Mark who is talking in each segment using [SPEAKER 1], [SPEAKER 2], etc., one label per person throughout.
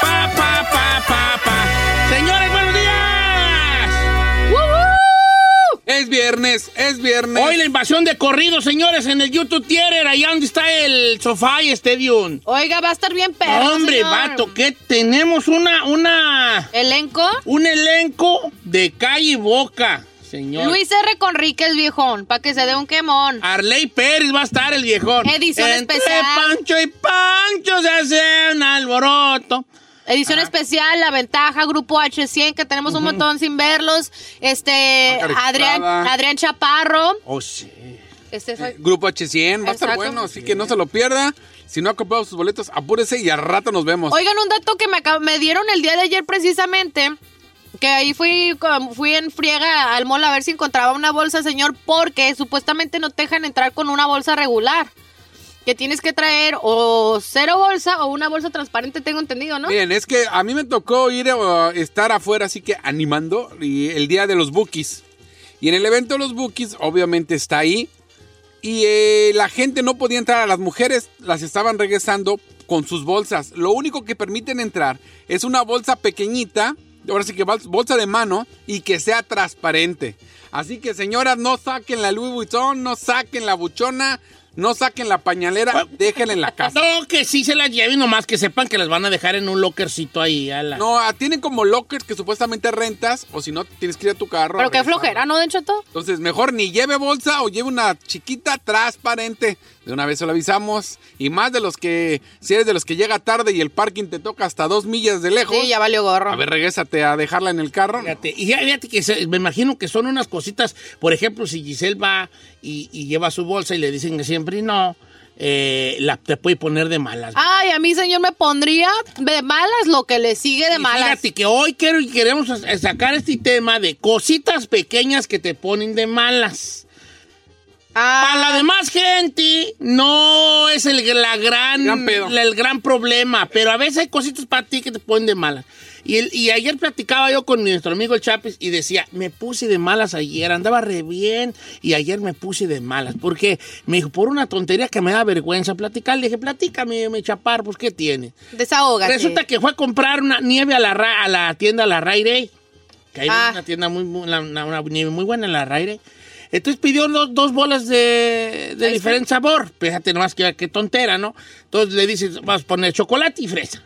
[SPEAKER 1] Pa, pa, pa, pa, pa. Señores, buenos días.
[SPEAKER 2] Es viernes, es viernes.
[SPEAKER 1] Hoy la invasión de corridos, señores, en el YouTube Theater, allá donde está el sofá y Stadium.
[SPEAKER 3] Oiga, va a estar bien perro,
[SPEAKER 1] Hombre,
[SPEAKER 3] señor.
[SPEAKER 1] vato, que tenemos una, una,
[SPEAKER 3] Elenco.
[SPEAKER 1] un elenco de calle y boca, señor. Ah,
[SPEAKER 3] Luis R. Conríquez, viejón, para que se dé un quemón.
[SPEAKER 1] Arley Pérez va a estar el viejón.
[SPEAKER 3] Edición
[SPEAKER 1] Entre
[SPEAKER 3] especial.
[SPEAKER 1] Pancho y Pancho se hace un alboroto.
[SPEAKER 3] Edición especial, La Ventaja, Grupo H100, que tenemos un montón sin verlos. Este,
[SPEAKER 2] Juan Carlos
[SPEAKER 3] Adrián,
[SPEAKER 2] Estrada.
[SPEAKER 3] Adrián Chaparro.
[SPEAKER 1] Oh, sí.
[SPEAKER 3] Este, soy-
[SPEAKER 2] Grupo H100, va a estar
[SPEAKER 3] Exacto.
[SPEAKER 2] bueno, así que no se lo pierda. Si no ha comprado sus boletos, apúrese y al rato nos vemos.
[SPEAKER 1] Pues,
[SPEAKER 3] Oigan, un dato que me, acab- me dieron el día de ayer precisamente, que ahí fui, con- fui en friega al mall a ver si encontraba una bolsa, señor, porque supuestamente no te dejan entrar con una bolsa regular. Que tienes que traer o cero bolsa o una bolsa transparente, tengo entendido, ¿no?
[SPEAKER 2] Miren, es que a mí me tocó ir a estar afuera, así que animando y el día de los bookies. Y en el evento de los bookies, obviamente está ahí. Y eh, la gente no podía entrar, a las mujeres las estaban regresando con sus bolsas. Lo único que permiten entrar es una bolsa pequeñita, ahora sí que bol- bolsa de mano, y que sea transparente. Así que señoras, no saquen la Louis Vuitton, no saquen la buchona, no saquen la pañalera, déjenla en la casa.
[SPEAKER 1] No, que sí se las lleven, nomás que sepan que las van a dejar en un lockercito ahí. A la...
[SPEAKER 2] No, ah, tienen como lockers que supuestamente rentas o si no tienes que ir a tu carro.
[SPEAKER 3] Pero qué
[SPEAKER 2] que
[SPEAKER 3] flojera, ¿no, Don Cheto?
[SPEAKER 2] Entonces, mejor ni lleve bolsa o lleve una chiquita transparente. De una vez se lo avisamos. Y más de los que, si eres de los que llega tarde y el parking te toca hasta dos millas de lejos.
[SPEAKER 3] Sí, ya valió gorro.
[SPEAKER 2] A ver, regrésate a dejarla en el carro.
[SPEAKER 1] Fíjate, y ya- fíjate que se- me imagino que son unas cositas, por ejemplo, si Giselle va y, y lleva su bolsa y le dicen que siempre no, eh, la, te puede poner de malas.
[SPEAKER 3] Ay, a mí, señor, me pondría de malas lo que le sigue de
[SPEAKER 1] Y
[SPEAKER 3] malas.
[SPEAKER 1] Fíjate que hoy quiero, queremos sa- sacar este tema de cositas pequeñas que te ponen de malas.
[SPEAKER 3] Ah,
[SPEAKER 1] Para la demás gente, no es el la gran,
[SPEAKER 2] Gran pedo.
[SPEAKER 1] la- el gran problema, pero a veces hay cositas para ti que te ponen de malas. Y, el- y ayer platicaba yo con nuestro amigo el Chapis y decía, me puse de malas ayer, andaba re bien y ayer me puse de malas. Porque me dijo, por una tontería que me da vergüenza platicar, le dije, platícame, me chapar, pues ¿qué tiene?
[SPEAKER 3] desahógate.
[SPEAKER 1] Resulta que fue a comprar una nieve a la, ra- a la tienda La Raire. Que hay
[SPEAKER 3] Ah.
[SPEAKER 1] una tienda muy, muy- una, una- una nieve muy buena en La Raire. Entonces pidió dos, dos bolas de, de
[SPEAKER 3] Ahí está.
[SPEAKER 1] diferente sabor. Fíjate nomás que, que tontera, ¿no? Entonces le dices, vas a poner chocolate y fresa.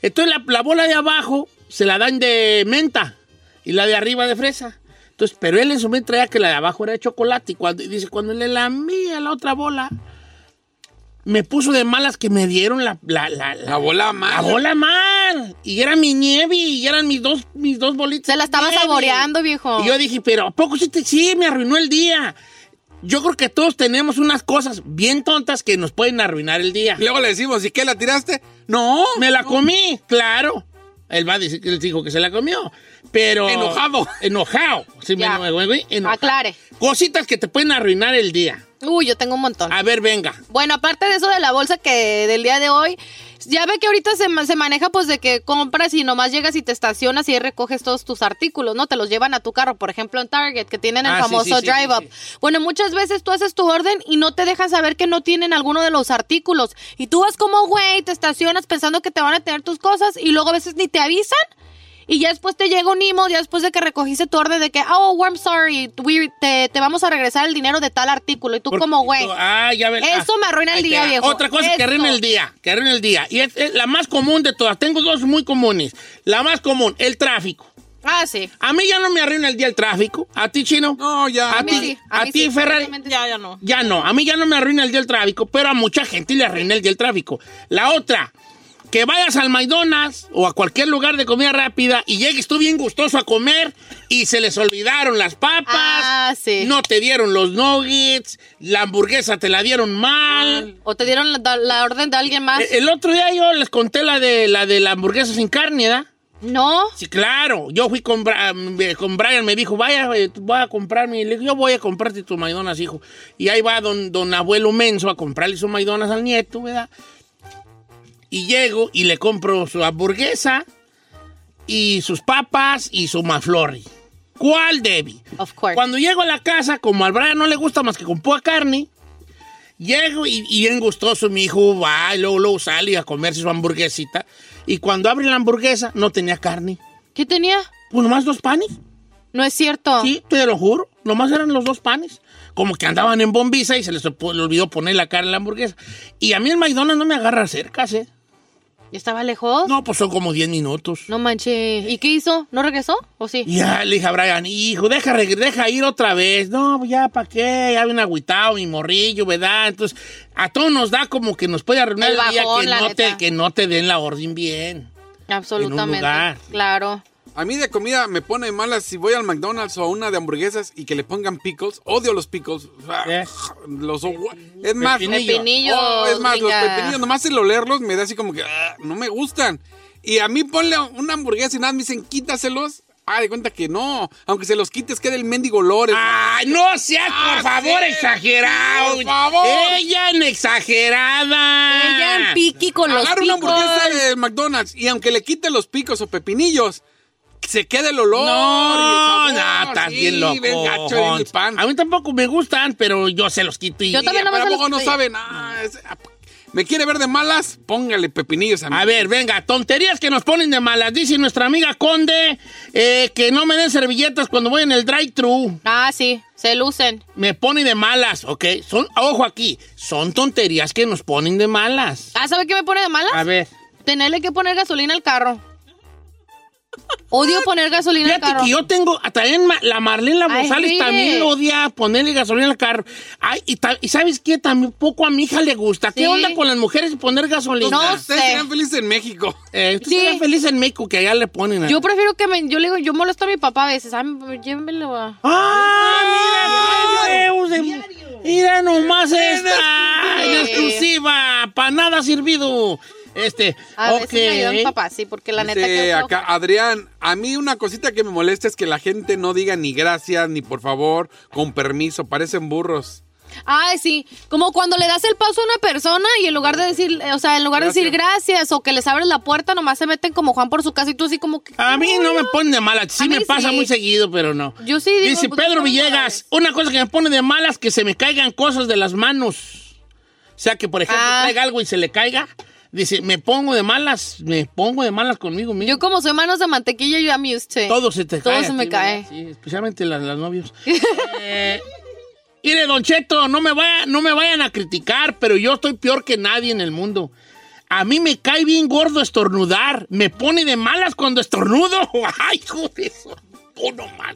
[SPEAKER 1] Entonces la, la bola de abajo se la dan de menta y la de arriba de fresa. Entonces, pero él en su mente traía que la de abajo era de chocolate. Y cuando, y dice, cuando le lamía la otra bola, me puso de malas que me dieron la, la, la,
[SPEAKER 2] La bola más.
[SPEAKER 1] la bola mal. Y era mi nieve y eran mis dos, mis dos bolitas.
[SPEAKER 3] Se la estaba
[SPEAKER 1] de nieve.
[SPEAKER 3] saboreando, viejo.
[SPEAKER 1] Y yo dije, pero ¿a poco sí, te- sí me arruinó el día? Yo creo que todos tenemos unas cosas bien tontas que nos pueden arruinar el día.
[SPEAKER 2] Y luego le decimos, ¿y qué la tiraste? No.
[SPEAKER 1] Me la comí, claro. Él va a decir que él dijo que se la comió. Pero.
[SPEAKER 2] Enojado.
[SPEAKER 1] Enojado. Sí, me
[SPEAKER 3] Ya.
[SPEAKER 1] enojé, enojado.
[SPEAKER 3] Aclare.
[SPEAKER 1] Cositas que te pueden arruinar el día.
[SPEAKER 3] Uy, yo tengo un montón.
[SPEAKER 1] A ver, venga.
[SPEAKER 3] Bueno, aparte de eso de la bolsa que del día de hoy, ya ve que ahorita se, ma- se maneja pues de que compras y nomás llegas y te estacionas y ahí recoges todos tus artículos, ¿no? Te los llevan a tu carro, por ejemplo en Target, que tienen el
[SPEAKER 1] Ah, sí,
[SPEAKER 3] famoso
[SPEAKER 1] sí, sí,
[SPEAKER 3] Drive
[SPEAKER 1] sí,
[SPEAKER 3] Up. Bueno, muchas veces tú haces tu orden y no te dejan saber que no tienen alguno de los artículos. Y tú vas como, güey, te estacionas pensando que te van a tener tus cosas y luego a veces ni te avisan. Y ya después te llega un email, ya después de que recogiste tu orden de que, oh, I'm sorry, we- te, te vamos a regresar el dinero de tal artículo. Y tú
[SPEAKER 1] Porque
[SPEAKER 3] como, güey,
[SPEAKER 1] tú- Ah, ya ves.
[SPEAKER 3] Eso me arruina el
[SPEAKER 1] ahí te
[SPEAKER 3] día,
[SPEAKER 1] va.
[SPEAKER 3] viejo.
[SPEAKER 1] Otra cosa que
[SPEAKER 3] Eso.
[SPEAKER 1] arruina el día, que arruina el día. Y es, es la más común de todas. Tengo dos muy comunes. La más común, el tráfico.
[SPEAKER 3] ah, sí.
[SPEAKER 1] A mí ya no me arruina el día el tráfico. ¿A ti, Chino?
[SPEAKER 2] No, ya.
[SPEAKER 1] A
[SPEAKER 3] A mí
[SPEAKER 1] ti-
[SPEAKER 3] sí.
[SPEAKER 1] a
[SPEAKER 3] mí
[SPEAKER 1] ti,
[SPEAKER 3] sí,
[SPEAKER 1] Ferrari.
[SPEAKER 3] completamente. Ya, ya no.
[SPEAKER 1] Ya no, a mí ya no me arruina el día del tráfico, pero a mucha gente le arruina el día del tráfico. La otra, que vayas al McDonald's o a cualquier lugar de comida rápida y llegues tú bien gustoso a comer y se les olvidaron las papas,
[SPEAKER 3] Ah, sí.
[SPEAKER 1] no te dieron los nuggets, la hamburguesa te la dieron mal.
[SPEAKER 3] O te dieron la, la orden de alguien más.
[SPEAKER 1] E- El otro día yo les conté la de la de la hamburguesa sin carne, ¿verdad?
[SPEAKER 3] no.
[SPEAKER 1] Sí, claro. Yo fui con, Bra- eh, con Brian, me dijo, vaya, eh, voy a comprarme. Le dije, yo voy a comprarte tu McDonald's, hijo. Y ahí va don, don abuelo menso a comprarle su McDonald's al nieto, ¿verdad? Y llego y le compro su hamburguesa y sus papas y su maflorri. ¿Cuál, Debbie?
[SPEAKER 3] Of course.
[SPEAKER 1] Cuando llego a la casa, como al Brian no le gusta más que con poca carne, llego y, y bien gustoso mi hijo va y luego, luego sale a comerse su hamburguesita. Y cuando abre la hamburguesa, no tenía carne.
[SPEAKER 3] ¿Qué tenía?
[SPEAKER 1] Pues nomás dos panes.
[SPEAKER 3] No es cierto.
[SPEAKER 1] Sí, te lo juro. Nomás eran los dos panes. Como que andaban en bombiza y se les op- le olvidó poner la carne en la hamburguesa. Y a mí el McDonald's no me agarra cerca, ¿eh?
[SPEAKER 3] ¿Y estaba lejos?
[SPEAKER 1] No, pues son como 10 minutos.
[SPEAKER 3] No manches. ¿Y qué hizo? ¿No regresó? ¿O sí?
[SPEAKER 1] Ya, le dije a Brian, hijo, deja, reg- deja ir otra vez. No, pues ya, ¿para qué? Ya viene agüitado mi morrillo, ¿verdad? Entonces, a todos nos da como que nos puede arruinar el,
[SPEAKER 3] El
[SPEAKER 1] día
[SPEAKER 3] bajón,
[SPEAKER 1] que
[SPEAKER 3] la
[SPEAKER 1] no, te,
[SPEAKER 3] neta.
[SPEAKER 1] que no te den la orden bien.
[SPEAKER 3] Absolutamente.
[SPEAKER 1] En un lugar.
[SPEAKER 3] Claro.
[SPEAKER 2] A mí de comida me pone malas si voy al McDonald's o a una de hamburguesas y que le pongan pickles. Odio los pickles. Ah,
[SPEAKER 1] Yes.
[SPEAKER 2] Los, es más,
[SPEAKER 1] Pepinillo.
[SPEAKER 3] Pepinillo,
[SPEAKER 2] Oh, es más, los
[SPEAKER 3] venga.
[SPEAKER 2] pepinillos, nomás el olerlos me da así como que ah, no me gustan. Y a mí ponle una hamburguesa y nada, me dicen quítaselos. Ah, de cuenta que no. Aunque se los quites, queda el mendigo olor.
[SPEAKER 1] ¡Ay, no seas, por
[SPEAKER 2] Ah,
[SPEAKER 1] favor,
[SPEAKER 2] sí.
[SPEAKER 1] exagerado!
[SPEAKER 2] Por favor.
[SPEAKER 1] ¡Ella en exagerada!
[SPEAKER 3] Ella en piqui con los
[SPEAKER 2] Agarra una
[SPEAKER 3] picos.
[SPEAKER 2] hamburguesa de McDonald's y aunque le quite los picos o pepinillos, se queda el olor.
[SPEAKER 1] No,
[SPEAKER 2] y el
[SPEAKER 1] no,
[SPEAKER 2] sabor.
[SPEAKER 1] estás
[SPEAKER 2] Sí,
[SPEAKER 1] bien loco.
[SPEAKER 2] ven gacho en el pan.
[SPEAKER 1] A mí tampoco me gustan, pero yo se los quito y...
[SPEAKER 3] Yo también
[SPEAKER 2] Pero
[SPEAKER 3] nomás
[SPEAKER 2] a
[SPEAKER 3] se los
[SPEAKER 2] poco no
[SPEAKER 3] quito yo.
[SPEAKER 2] saben. Ah, es- ah, ¿Me quiere ver de malas? Póngale pepinillos a mí.
[SPEAKER 1] A ver, venga, tonterías que nos ponen de malas. Dice nuestra amiga Conde eh, que no me den servilletas cuando voy en el drive-thru.
[SPEAKER 3] Ah, sí. Se lucen.
[SPEAKER 1] Me pone de malas, ¿ok? Son, ojo aquí, son tonterías que nos ponen de malas.
[SPEAKER 3] Ah, ¿sabe qué me pone de malas?
[SPEAKER 1] A ver.
[SPEAKER 3] Tenerle que poner gasolina al carro. Odio poner gasolina al
[SPEAKER 1] Fíjate
[SPEAKER 3] carro.
[SPEAKER 1] que yo tengo, también ma- la Marlena
[SPEAKER 3] Ay,
[SPEAKER 1] González
[SPEAKER 3] mire.
[SPEAKER 1] también odia ponerle gasolina al carro. Ay, y, ta- y ¿sabes qué? También poco a mi hija le gusta. ¿Qué
[SPEAKER 3] Sí.
[SPEAKER 1] onda con las mujeres y poner gasolina?
[SPEAKER 3] No
[SPEAKER 2] Ustedes
[SPEAKER 3] sé.
[SPEAKER 2] serían felices en México.
[SPEAKER 1] Eh, ¿usted
[SPEAKER 3] Sí.
[SPEAKER 1] será feliz en México que allá le ponen. a-
[SPEAKER 3] Yo prefiero que me. Yo le digo, yo molesto a mi papá a veces. Ay, llévenmelo a.
[SPEAKER 1] ¡Ah! ¡Mira, Zeus, de- ¡Mira nomás esta! En exclusiva! ¡Para nada ha servido! Este,
[SPEAKER 3] A
[SPEAKER 1] ok.
[SPEAKER 3] veces me ayuda mi papá, sí, porque la neta
[SPEAKER 2] Dice
[SPEAKER 3] que.
[SPEAKER 2] acá, Adrián, a mí una cosita que me molesta es que la gente no diga ni gracias, ni por favor, con permiso, parecen burros.
[SPEAKER 3] Ay, sí. Como cuando le das el paso a una persona y en lugar de decir, eh, o sea, en lugar de decir gracias o que les abres la puerta, nomás se meten como Juan por su casa y tú así como que.
[SPEAKER 1] A mí no me pone de malas. Sí
[SPEAKER 3] A mí
[SPEAKER 1] me pasa
[SPEAKER 3] sí.
[SPEAKER 1] muy seguido, pero no.
[SPEAKER 3] Yo sí digo,
[SPEAKER 1] Dice
[SPEAKER 3] pues,
[SPEAKER 1] Pedro
[SPEAKER 3] ¿cómo
[SPEAKER 1] Villegas, una cosa que me pone de malas que se me caigan cosas de las manos. O sea, que por ejemplo
[SPEAKER 3] Ah.
[SPEAKER 1] traiga algo y se le caiga. Dice, me pongo de malas, me pongo de malas conmigo mismo.
[SPEAKER 3] Yo como soy manos de mantequilla, yo me used to it.
[SPEAKER 1] Todo se te
[SPEAKER 3] Todo
[SPEAKER 1] cae.
[SPEAKER 3] se
[SPEAKER 1] a
[SPEAKER 3] me
[SPEAKER 1] ti,
[SPEAKER 3] cae.
[SPEAKER 1] ¿verdad? Sí, especialmente las, las novios. Eh, mire, Don Cheto, no me, vaya- no me vayan a criticar, pero yo estoy peor que nadie en el mundo. A mí me cae bien gordo estornudar. Me pone de malas cuando estornudo. ¡Ay, joder! Hoy nomás.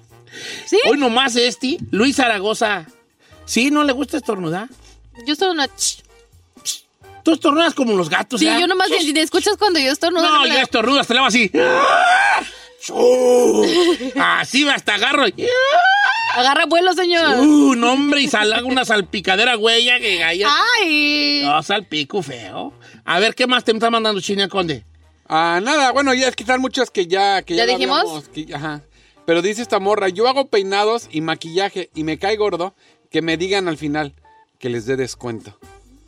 [SPEAKER 3] ¿Sí?
[SPEAKER 1] Hoy nomás este, Luis Zaragoza. Sí, no le gusta estornudar.
[SPEAKER 3] Yo soy una.
[SPEAKER 1] Tú estornudas como los gatos.
[SPEAKER 3] Sí,
[SPEAKER 1] ¿verdad?
[SPEAKER 3] yo nomás ni, ni escuchas cuando yo estornudo.
[SPEAKER 1] No,
[SPEAKER 3] me
[SPEAKER 1] yo
[SPEAKER 3] la-
[SPEAKER 1] estornudo hasta le hago así. ¡Ah! Así hasta agarro. y-
[SPEAKER 3] Agarra vuelo, señor.
[SPEAKER 1] Uh, no, hombre, y salga una salpicadera huella que gaya.
[SPEAKER 3] Ay.
[SPEAKER 1] No, salpico feo. A ver, ¿qué más te está mandando China Conde?
[SPEAKER 2] Ah, nada, bueno, ya es que están muchas que ya... Que
[SPEAKER 3] ¿Ya
[SPEAKER 2] lo
[SPEAKER 3] dijimos?
[SPEAKER 2] habíamos, que- ajá. Pero dice esta morra, yo hago peinados y maquillaje y me cae gordo que me digan al final que les dé descuento.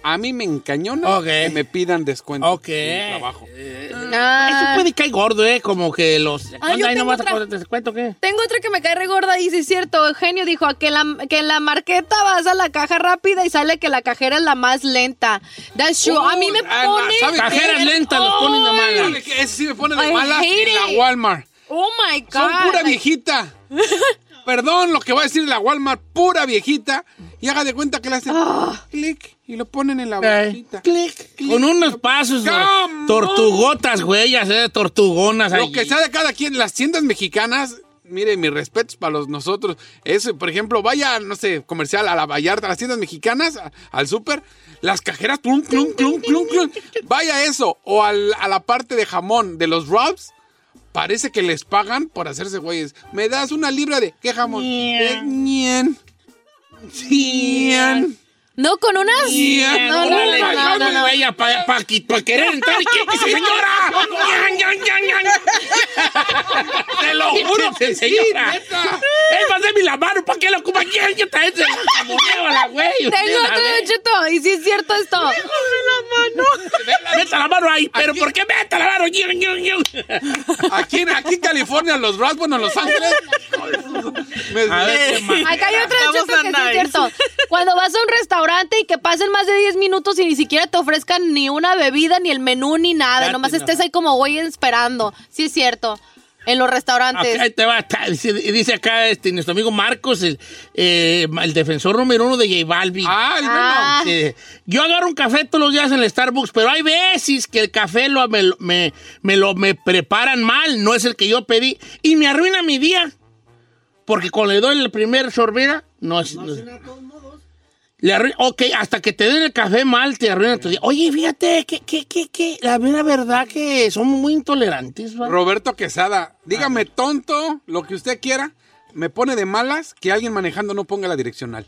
[SPEAKER 2] A mí me encañona
[SPEAKER 1] Ok.
[SPEAKER 2] que me pidan descuento.
[SPEAKER 1] Ok.
[SPEAKER 2] en mi trabajo.
[SPEAKER 1] Eso
[SPEAKER 3] Ah.
[SPEAKER 1] puede caer gordo, ¿eh? Como que los.
[SPEAKER 3] Ay, yo
[SPEAKER 1] Ahí no
[SPEAKER 3] tengo
[SPEAKER 1] vas a
[SPEAKER 3] otra.
[SPEAKER 1] acordar, ¿te cuento qué?
[SPEAKER 3] Tengo otra que me cae re gorda y sí es cierto, Eugenio dijo "Ah, que en, la, que en la marqueta vas a la caja rápida y sale que la cajera es la más lenta. That's true. a mí me
[SPEAKER 2] Uy, Ana,
[SPEAKER 3] pone...
[SPEAKER 2] ¿sabe qué?
[SPEAKER 1] Cajeras lentas los ponen de
[SPEAKER 3] Ay.
[SPEAKER 1] mala.
[SPEAKER 2] Ese sí me pone
[SPEAKER 3] I
[SPEAKER 2] de malas
[SPEAKER 3] hate
[SPEAKER 2] en la
[SPEAKER 3] it.
[SPEAKER 2] Walmart.
[SPEAKER 3] Oh my God.
[SPEAKER 2] Son pura viejita. Perdón lo que va a decir la Walmart, pura viejita. Y haga de cuenta que le hacen
[SPEAKER 3] Ah.
[SPEAKER 2] clic y lo ponen en la
[SPEAKER 1] Ay,
[SPEAKER 2] bolsita.
[SPEAKER 1] clic, clic. Con unos pasos, güey.
[SPEAKER 2] ¡Come
[SPEAKER 1] tortugotas, güeyas, eh, tortugonas.
[SPEAKER 2] Lo
[SPEAKER 1] ahí.
[SPEAKER 2] que sea de cada quien, las tiendas mexicanas, mire, mis respetos para los nosotros. Eso, por ejemplo, vaya, no sé, comercial a la Vallarta, a las tiendas mexicanas, a- al súper, las cajeras, clum, clum, clum, clum, clum. Vaya eso, o al- a la parte de jamón de los Robs. Parece que les pagan por hacerse güeyes. Me das una libra de qué jamón? Eh, De ñen. Ñen.
[SPEAKER 3] No, con unas.
[SPEAKER 1] Bien,
[SPEAKER 3] No, no,
[SPEAKER 1] órale,
[SPEAKER 3] no, no, no,
[SPEAKER 1] bajame,
[SPEAKER 3] no.
[SPEAKER 1] güey, ya pa- pa- qui- pa' querer entrar. ¿Qué es esa señora? Ñan, ñan, ñan, ñan. Te lo juro que señora. Él va a hacerme la mano, ¿para qué la ocupa? ¿Quién que trae ese jamoneo a la güey?
[SPEAKER 3] Tengo otro Don Cheto, Y sí es cierto esto.
[SPEAKER 1] Meta la mano ahí, pero ¿por qué meta la mano? Ñan, ñan, ñan.
[SPEAKER 2] Aquí, en- aquí en California, los Robs, bueno, en Los Ángeles. Me-
[SPEAKER 1] A ver, ¿qué más?
[SPEAKER 3] Acá hay otro Don
[SPEAKER 4] Estamos
[SPEAKER 3] Cheto que sí es
[SPEAKER 4] nice.
[SPEAKER 3] cierto. Cuando vas a un restaurante y que pasen más de 10 minutos y ni siquiera te ofrezcan ni una bebida, ni el menú, ni nada.
[SPEAKER 1] Espérate,
[SPEAKER 3] Nomás
[SPEAKER 1] no.
[SPEAKER 3] estés ahí como güey esperando. Sí es cierto. En los restaurantes.
[SPEAKER 1] Ok, ahí te va. Está- Dice, dice acá este, nuestro amigo Marcos, el, eh, el defensor número uno de J Balvin.
[SPEAKER 2] Ah, el
[SPEAKER 3] Ah.
[SPEAKER 1] Dice, yo agarro un café todos los días en el Starbucks, pero hay veces que el café lo, me, lo- me- me lo me preparan mal, no es el que yo pedí, y me arruina mi día. Porque cuando le doy el primer sorbera, no es... no es- le arruina- ok, hasta que te den el café mal, te arruina tu día. Oye, fíjate, que, que, que, que, la mera verdad que somos muy intolerantes, ¿va?
[SPEAKER 2] Roberto Quesada,
[SPEAKER 1] Ah.
[SPEAKER 2] dígame tonto, lo que usted quiera. Me pone de malas que alguien manejando no ponga la direccional.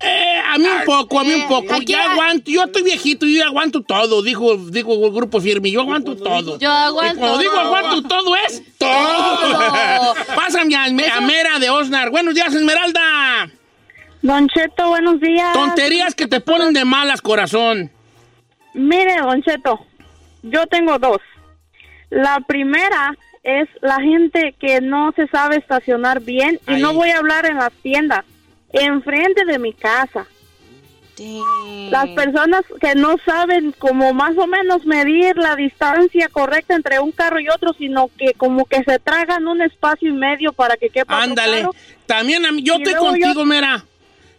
[SPEAKER 1] Eh, a mí un poco, a mí un poco.
[SPEAKER 3] aquí
[SPEAKER 1] Ya
[SPEAKER 3] hay-
[SPEAKER 1] aguanto, yo estoy viejito, yo ya aguanto todo, dijo, dijo el grupo firme, yo aguanto todo.
[SPEAKER 3] Yo aguanto
[SPEAKER 1] Y cuando digo
[SPEAKER 3] todo.
[SPEAKER 1] aguanto todo es todo.
[SPEAKER 3] Todo.
[SPEAKER 1] Pásame a, Esme- a Mera de Osnar. Buenos días, Esmeralda.
[SPEAKER 5] Don Cheto, buenos días.
[SPEAKER 1] Tonterías que te ponen de malas, corazón.
[SPEAKER 5] Mire, Don Cheto, yo tengo dos. La primera es la gente que no se sabe estacionar bien y
[SPEAKER 1] Ahí.
[SPEAKER 5] no voy a hablar en las tiendas, enfrente de mi casa. Las personas que no saben como más o menos medir la distancia correcta entre un carro y otro, sino que como que se tragan un espacio y medio para que quepa otro
[SPEAKER 1] Ándale.
[SPEAKER 5] carro.
[SPEAKER 1] También a mí, yo
[SPEAKER 5] Y
[SPEAKER 1] estoy
[SPEAKER 5] luego yo-
[SPEAKER 1] contigo, Mera.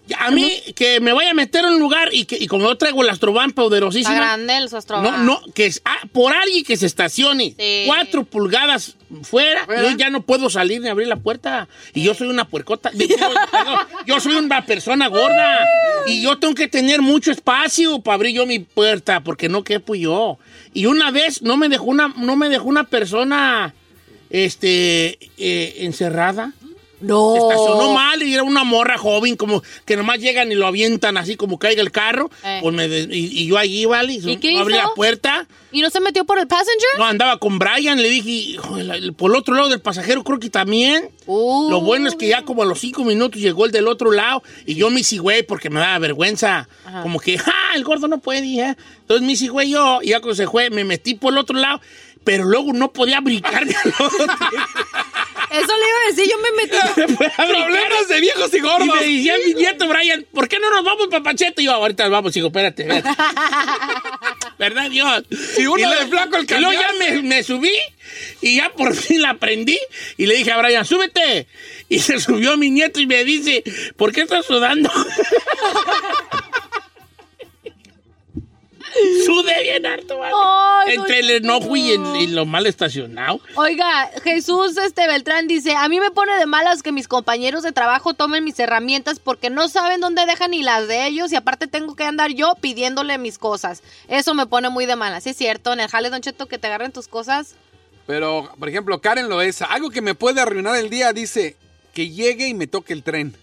[SPEAKER 1] Ya, A mí, que me vaya a meter en un lugar y, que, y como yo traigo las troban
[SPEAKER 3] Está
[SPEAKER 1] poderosísimas,
[SPEAKER 3] grande el sastro.
[SPEAKER 1] No, no, que es, ah, por alguien que se estacione
[SPEAKER 3] Sí.
[SPEAKER 1] cuatro pulgadas fuera,
[SPEAKER 2] Fuera.
[SPEAKER 1] yo ya no puedo salir ni abrir la puerta. Y yo soy una puercota. Digo, perdón, yo soy una persona gorda. Y yo tengo que tener mucho espacio para abrir yo mi puerta, porque no quepo yo. Y una vez no me dejó una, no me dejó una persona este, eh, encerrada.
[SPEAKER 3] No.
[SPEAKER 1] Se
[SPEAKER 3] Oh.
[SPEAKER 1] estacionó mal y era una morra joven, como que nomás llegan y lo avientan así como caiga el carro.
[SPEAKER 3] Eh.
[SPEAKER 1] Pues me de- y, y yo allí, ¿vale?
[SPEAKER 3] ¿Y qué
[SPEAKER 1] no abrí
[SPEAKER 3] hizo?
[SPEAKER 1] la puerta.
[SPEAKER 3] ¿Y no se metió por el passenger?
[SPEAKER 1] No, andaba con Brian, le dije, hijo, el- el- por el otro lado del pasajero creo que también.
[SPEAKER 3] Uh.
[SPEAKER 1] Lo bueno es que ya como a los cinco minutos llegó el del otro lado y yo me hice güey porque me daba vergüenza. Como que, ¡ja! El gordo no puede, ¿eh? Entonces me hice güey yo y ya cuando se fue, me metí por el otro lado, pero luego no podía brincarme al otro.
[SPEAKER 3] Eso le iba a decir, yo me metí.
[SPEAKER 1] No podía brincar.
[SPEAKER 2] Problemas de viejos y
[SPEAKER 1] Y
[SPEAKER 2] gordos.
[SPEAKER 1] me decía mi nieto Brian, ¿por qué no nos vamos para Pachete? Y yo, ahorita nos vamos, hijo, espérate. espérate". ¿Verdad, Dios?
[SPEAKER 2] Si uno
[SPEAKER 1] lo-
[SPEAKER 2] de flaco el
[SPEAKER 1] y luego ya
[SPEAKER 2] cambiazo.
[SPEAKER 1] me, me subí y ya por fin la aprendí y le dije a Brian, súbete. Y se subió mi nieto y me dice, ¿por qué estás sudando? Sude bien harto, ¿vale?
[SPEAKER 3] Ay,
[SPEAKER 1] Entre el
[SPEAKER 3] Don
[SPEAKER 1] enojo y, el-
[SPEAKER 3] Cheto.
[SPEAKER 1] y lo mal estacionado.
[SPEAKER 3] Oiga, Jesús este Beltrán dice, a mí me pone de malas que mis compañeros de trabajo tomen mis herramientas porque no saben dónde dejan ni las de ellos y aparte tengo que andar yo pidiéndole mis cosas. Eso me pone muy de malas, sí es cierto. En el jale, Don Cheto, que te agarren tus cosas.
[SPEAKER 2] Pero, por ejemplo, Karen Loesa, algo que me puede arruinar el día, dice que llegue y me toque el tren.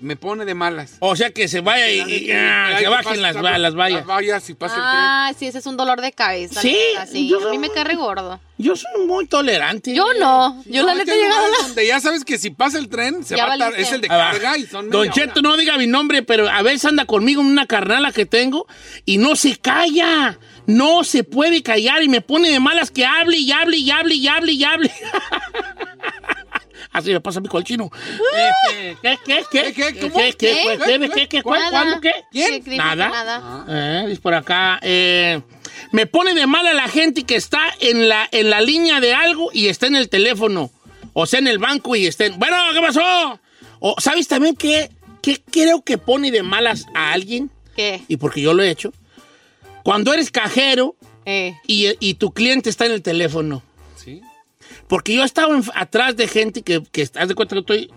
[SPEAKER 2] Me pone de malas.
[SPEAKER 1] O sea, que se vaya y, y- ah,
[SPEAKER 2] Ay,
[SPEAKER 1] se
[SPEAKER 2] que
[SPEAKER 1] bajen
[SPEAKER 2] pase-
[SPEAKER 1] las, va- las vallas.
[SPEAKER 2] Las vallas y pase el tren.
[SPEAKER 3] Ah, sí, ese es un dolor de cabeza.
[SPEAKER 1] Sí,
[SPEAKER 3] la neta, sí.
[SPEAKER 1] yo-
[SPEAKER 3] A mí me cae gordo.
[SPEAKER 1] Yo soy muy tolerante.
[SPEAKER 3] Yo no, yo la
[SPEAKER 2] No, es
[SPEAKER 3] neta
[SPEAKER 2] que hay
[SPEAKER 3] he llegado a
[SPEAKER 2] lugares
[SPEAKER 3] la...
[SPEAKER 2] donde ya sabes que si pasa el tren, se
[SPEAKER 3] Ya
[SPEAKER 2] va a tardar-
[SPEAKER 3] valiste.
[SPEAKER 2] es el de
[SPEAKER 1] Ah, va.
[SPEAKER 2] carga y son
[SPEAKER 1] Don
[SPEAKER 2] media
[SPEAKER 1] Cheto,
[SPEAKER 2] hora.
[SPEAKER 1] no diga mi nombre, pero a veces anda conmigo en una carnala que tengo y no se calla. No se puede callar y me pone de malas que hable y hable y hable y hable y hable. Así me pasa a mí con el chino. Este, ¿Qué, qué, qué?
[SPEAKER 2] ¿Qué, qué, cómo?
[SPEAKER 1] ¿Qué, qué, pues,
[SPEAKER 2] ¿Qué?
[SPEAKER 1] qué, qué, qué, cuál,
[SPEAKER 3] Nada.
[SPEAKER 1] cuándo, qué?
[SPEAKER 3] Sí, dijo que
[SPEAKER 1] Nada.
[SPEAKER 3] Nada.
[SPEAKER 1] Eh, dice por acá. eh, me pone de mala la gente que está en la, en la línea de algo y está en el teléfono. O sea, en el banco y estén. Bueno, ¿qué pasó? O, ¿Sabes también qué, qué creo que pone de malas a alguien?
[SPEAKER 3] ¿Qué?
[SPEAKER 1] Y porque yo lo he hecho. Cuando eres cajero
[SPEAKER 3] Eh,
[SPEAKER 1] y, y tu cliente está en el teléfono.
[SPEAKER 2] Sí.
[SPEAKER 1] Porque yo he estado en- atrás de gente que, que está- haz de cuenta que estoy.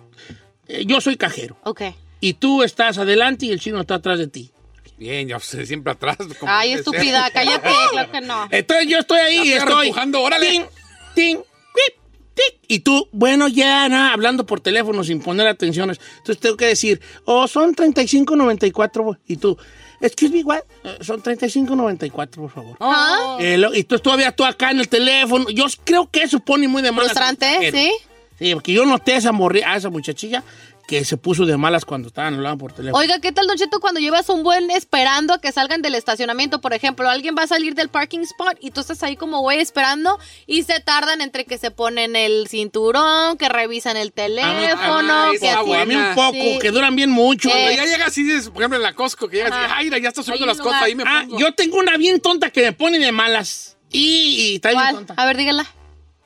[SPEAKER 1] eh, Yo soy cajero.
[SPEAKER 3] ok.
[SPEAKER 1] Y tú estás adelante y el chino está atrás de ti.
[SPEAKER 2] Bien, ya sé, siempre atrás. como
[SPEAKER 3] Ay,
[SPEAKER 2] debe ser.
[SPEAKER 3] estúpida, cállate, claro que no.
[SPEAKER 1] Entonces yo estoy ahí y
[SPEAKER 2] La perra
[SPEAKER 1] estoy.
[SPEAKER 2] empujando, órale.
[SPEAKER 1] Ting, ting, quip, tic. Y tú, bueno, ya, nada, hablando por teléfono sin poner atenciones. Entonces tengo que decir, oh, son 35.94. bo- Y tú, excuse me, what? Eh, Son 35.94, por favor.
[SPEAKER 3] ¿Ah?
[SPEAKER 1] Eh, lo- y tú todavía tú acá en el teléfono. Yo creo que eso pone muy de malas.
[SPEAKER 3] Frustrante,
[SPEAKER 1] Eh,
[SPEAKER 3] ¿sí?
[SPEAKER 1] Sí, porque yo noté a esa, morri- a esa muchachilla que se puso de malas cuando estaban hablando por teléfono.
[SPEAKER 3] Oiga, ¿qué tal, Don Cheto, cuando llevas un buen esperando a que salgan del estacionamiento? Por ejemplo, alguien va a salir del parking spot y tú estás ahí como güey esperando y se tardan entre que se ponen el cinturón, que revisan el
[SPEAKER 1] a mí,
[SPEAKER 3] teléfono,
[SPEAKER 2] mí
[SPEAKER 3] que
[SPEAKER 2] esa
[SPEAKER 1] a mí- a mí un
[SPEAKER 2] buena.
[SPEAKER 1] poco,
[SPEAKER 3] Sí.
[SPEAKER 1] que duran bien mucho.
[SPEAKER 3] Eh,
[SPEAKER 2] Cuando ya llegas así, dices, por ejemplo, en la Costco, que llegas y
[SPEAKER 3] Ajá.
[SPEAKER 2] ay, mira, ya está subiendo
[SPEAKER 3] Hay un
[SPEAKER 2] las cosas,
[SPEAKER 3] lugar.
[SPEAKER 2] ahí me
[SPEAKER 1] Ah,
[SPEAKER 2] pongo.
[SPEAKER 1] yo tengo una bien tonta que me pone de malas. Y, y está bien
[SPEAKER 3] ¿Cuál?
[SPEAKER 1] tonta.
[SPEAKER 3] A ver, dígala.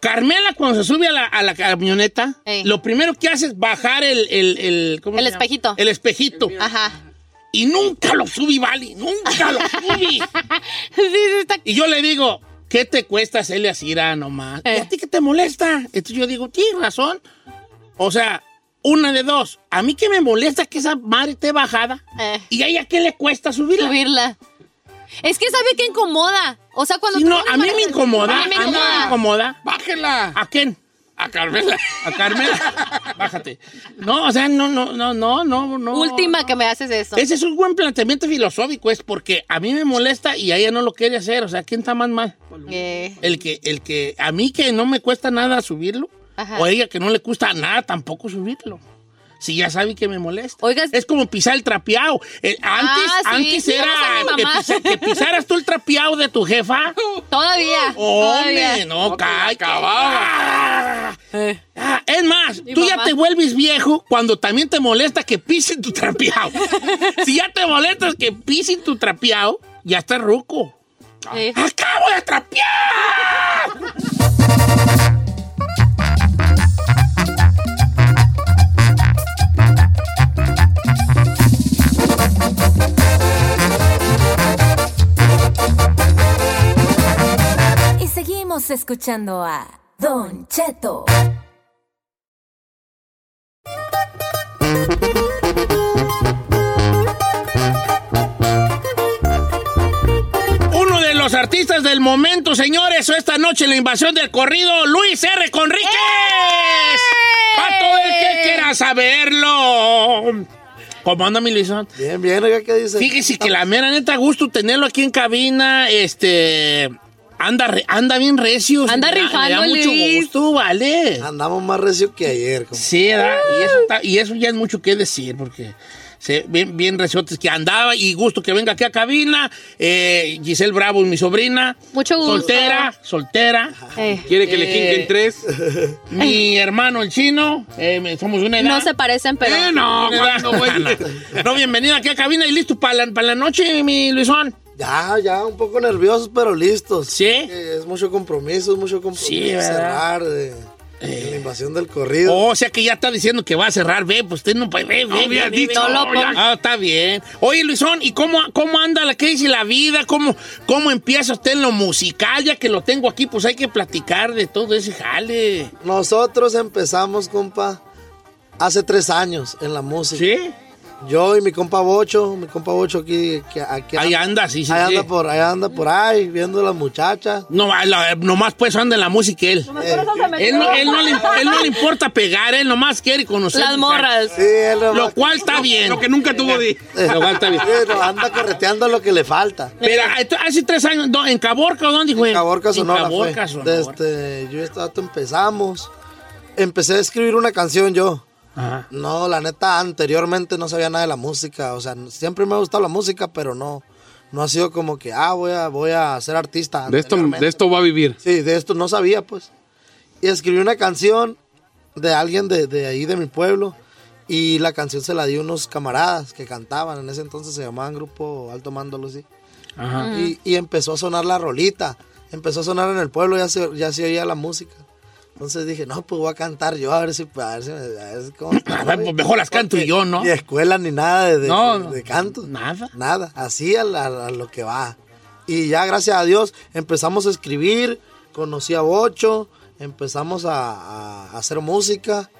[SPEAKER 1] Carmela, cuando se sube a la, a la camioneta,
[SPEAKER 3] Ey.
[SPEAKER 1] lo primero que hace es bajar el... El, el, ¿cómo
[SPEAKER 3] El
[SPEAKER 1] se llama?
[SPEAKER 3] espejito.
[SPEAKER 1] El espejito.
[SPEAKER 3] Ajá.
[SPEAKER 1] Y nunca lo subí, Vali. Nunca lo subí.
[SPEAKER 3] Sí, sí, está.
[SPEAKER 1] Y yo le digo, ¿qué te cuesta hacerle así a nomás? ¿Y
[SPEAKER 3] Eh.
[SPEAKER 1] a ti qué te molesta? Entonces yo digo, tienes razón. O sea, una de dos. A mí que me molesta que esa madre esté bajada.
[SPEAKER 3] Eh.
[SPEAKER 1] ¿Y a ella qué le cuesta subirla?
[SPEAKER 3] Subirla. Es que sabe que incomoda. O sea, cuando
[SPEAKER 1] Sí,
[SPEAKER 3] tú
[SPEAKER 1] no,
[SPEAKER 3] vienes
[SPEAKER 1] a mí me
[SPEAKER 3] manejando-
[SPEAKER 1] incomoda.
[SPEAKER 3] A mí me
[SPEAKER 1] A mí me
[SPEAKER 3] incomoda.
[SPEAKER 1] incomoda.
[SPEAKER 2] ¡Bájela!
[SPEAKER 1] ¿A quién?
[SPEAKER 2] A Carmela.
[SPEAKER 1] A Carmela. Bájate. No, o sea, no, no, no, no, no, no.
[SPEAKER 3] Última que me haces eso.
[SPEAKER 1] Ese es un buen planteamiento filosófico, es porque a mí me molesta y a ella no lo quiere hacer. O sea, ¿quién está más mal?
[SPEAKER 3] Eh,
[SPEAKER 1] El que, el que, a mí que no me cuesta nada subirlo,
[SPEAKER 3] Ajá.
[SPEAKER 1] o a ella que no le cuesta nada tampoco subirlo. Si ya sabe que me molesta.
[SPEAKER 3] Oiga, es-
[SPEAKER 1] es como pisar el trapeado. Eh, antes
[SPEAKER 3] Ah, sí,
[SPEAKER 1] antes
[SPEAKER 3] sí,
[SPEAKER 1] era
[SPEAKER 3] vamos a mi
[SPEAKER 1] que,
[SPEAKER 3] mamá.
[SPEAKER 1] pisa- que pisaras tú el trapeado de tu jefa.
[SPEAKER 3] Todavía.
[SPEAKER 1] Oh,
[SPEAKER 3] todavía.
[SPEAKER 1] Hombre, no,
[SPEAKER 2] No, que la
[SPEAKER 1] cae.
[SPEAKER 2] acababa.
[SPEAKER 3] Eh.
[SPEAKER 1] Ah, es más,
[SPEAKER 3] Mi
[SPEAKER 1] tú ya
[SPEAKER 3] mamá.
[SPEAKER 1] te vuelves viejo cuando también te molesta que pisen tu trapeado. si ya te molestas que pisen tu trapeado, ya estás ruco.
[SPEAKER 3] Eh.
[SPEAKER 1] Ah, ¡Acabo de trapear!
[SPEAKER 4] Y seguimos escuchando a Don Cheto.
[SPEAKER 1] Uno de los artistas del momento, señores, esta noche la invasión del corrido, Luis R. Conríquez.
[SPEAKER 3] ¡Eh!
[SPEAKER 1] Para todo el que quiera saberlo. ¿Cómo anda mi Luisón?
[SPEAKER 6] Bien, bien, oiga, ¿qué dice?
[SPEAKER 1] Fíjese que la mera neta, gusto tenerlo aquí en cabina, este... Anda, re- anda bien recio.
[SPEAKER 3] Anda Ah.
[SPEAKER 1] me da- Me da
[SPEAKER 3] rifando,
[SPEAKER 1] mucho
[SPEAKER 3] Luis.
[SPEAKER 1] gusto, ¿vale?
[SPEAKER 6] Andamos más recio que ayer. compa.
[SPEAKER 1] Sí, ¿verdad? y,
[SPEAKER 3] Uh.
[SPEAKER 1] eso está- y eso ya es mucho que decir, porque se, bien, bien resortes que andaba y gusto que venga aquí a cabina. Eh, Giselle Bravo, mi sobrina.
[SPEAKER 3] Mucho gusto.
[SPEAKER 1] Soltera, soltera.
[SPEAKER 3] Eh,
[SPEAKER 2] Quiere que le
[SPEAKER 1] Eh.
[SPEAKER 2] quinquen tres.
[SPEAKER 1] Mi hermano, el chino. eh, me- somos una edad.
[SPEAKER 3] No se parecen, pero.
[SPEAKER 2] Eh, no, cuando voy.
[SPEAKER 1] No, no, bienvenido aquí a cabina y listo para la, para la noche, mi Luisón.
[SPEAKER 6] Ya, ya, un poco nerviosos, pero listos.
[SPEAKER 1] ¿Sí?
[SPEAKER 6] Eh, Es mucho compromiso, es mucho compromiso.
[SPEAKER 1] Sí, ¿verdad? Eh.
[SPEAKER 6] Cerrar de, de la invasión del corrido.
[SPEAKER 1] Oh, o sea que ya está diciendo que va a cerrar, ve, pues usted no puede, ve, ve,
[SPEAKER 2] había
[SPEAKER 1] ve, ve,
[SPEAKER 2] dicho,
[SPEAKER 1] ve.
[SPEAKER 2] No lo ponga.
[SPEAKER 1] Ah, está bien. Oye, Luisón, ¿y cómo, cómo anda la crisis, la vida? ¿Cómo, ¿Cómo empieza usted en lo musical? Ya que lo tengo aquí, pues hay que platicar de todo ese jale.
[SPEAKER 6] Nosotros empezamos, compa, hace tres años en la música.
[SPEAKER 1] ¿Sí?
[SPEAKER 6] Yo y mi compa Bocho, mi compa Bocho aquí. que- aquí
[SPEAKER 1] Ahí anda, sí, sí.
[SPEAKER 6] ahí
[SPEAKER 1] sí.
[SPEAKER 6] anda por ahí, anda por ahí, viendo a las muchachas.
[SPEAKER 1] No, la- nomás pues anda en la música él. Él no, él no le, él no le importa pegar, él nomás quiere conocer.
[SPEAKER 3] Las morras.
[SPEAKER 6] Sí, él nomás-
[SPEAKER 1] Lo cual está bien.
[SPEAKER 2] Lo que nunca tuvo de.
[SPEAKER 1] Lo cual está bien.
[SPEAKER 6] Sí, no, anda correteando lo que le falta.
[SPEAKER 1] Pero esto- hace tres años, ¿dó- ¿en Caborca o dónde fue?
[SPEAKER 6] Caborca Sonora.
[SPEAKER 1] En Caborca,
[SPEAKER 6] fue.
[SPEAKER 1] Sonora.
[SPEAKER 6] Desde yo y este vato empezamos. Empecé a escribir una canción yo.
[SPEAKER 1] Ajá.
[SPEAKER 6] No, la neta, anteriormente no sabía nada de la música. O sea, n- siempre me ha gustado la música, pero no. No ha sido como que, ah, voy a, voy a ser artista.
[SPEAKER 2] De esto,
[SPEAKER 6] anteriormente.
[SPEAKER 2] de esto va a vivir.
[SPEAKER 6] Sí, de esto no sabía, pues. Y escribí una canción de alguien de, de ahí, de mi pueblo. Y la canción se la di a unos camaradas que cantaban. En ese entonces se llamaban Grupo Alto Mando, algo así.
[SPEAKER 1] Ajá.
[SPEAKER 6] Y, y empezó a sonar la rolita. Empezó a sonar en el pueblo, ya se, ya se oía la música. Entonces dije, no, pues voy a cantar yo, a ver si, a ver si, a ver si cómo está,
[SPEAKER 1] A ver,
[SPEAKER 6] güey.
[SPEAKER 1] pues mejor las canto
[SPEAKER 6] Porque
[SPEAKER 1] yo, ¿no?
[SPEAKER 6] Ni escuela ni nada de, de-
[SPEAKER 1] No,
[SPEAKER 6] de-
[SPEAKER 1] no.
[SPEAKER 6] de canto.
[SPEAKER 1] Nada.
[SPEAKER 6] Nada, así a, la- a lo que va. Y ya, gracias a Dios, empezamos a escribir, conocí a Bocho, empezamos a, a hacer música.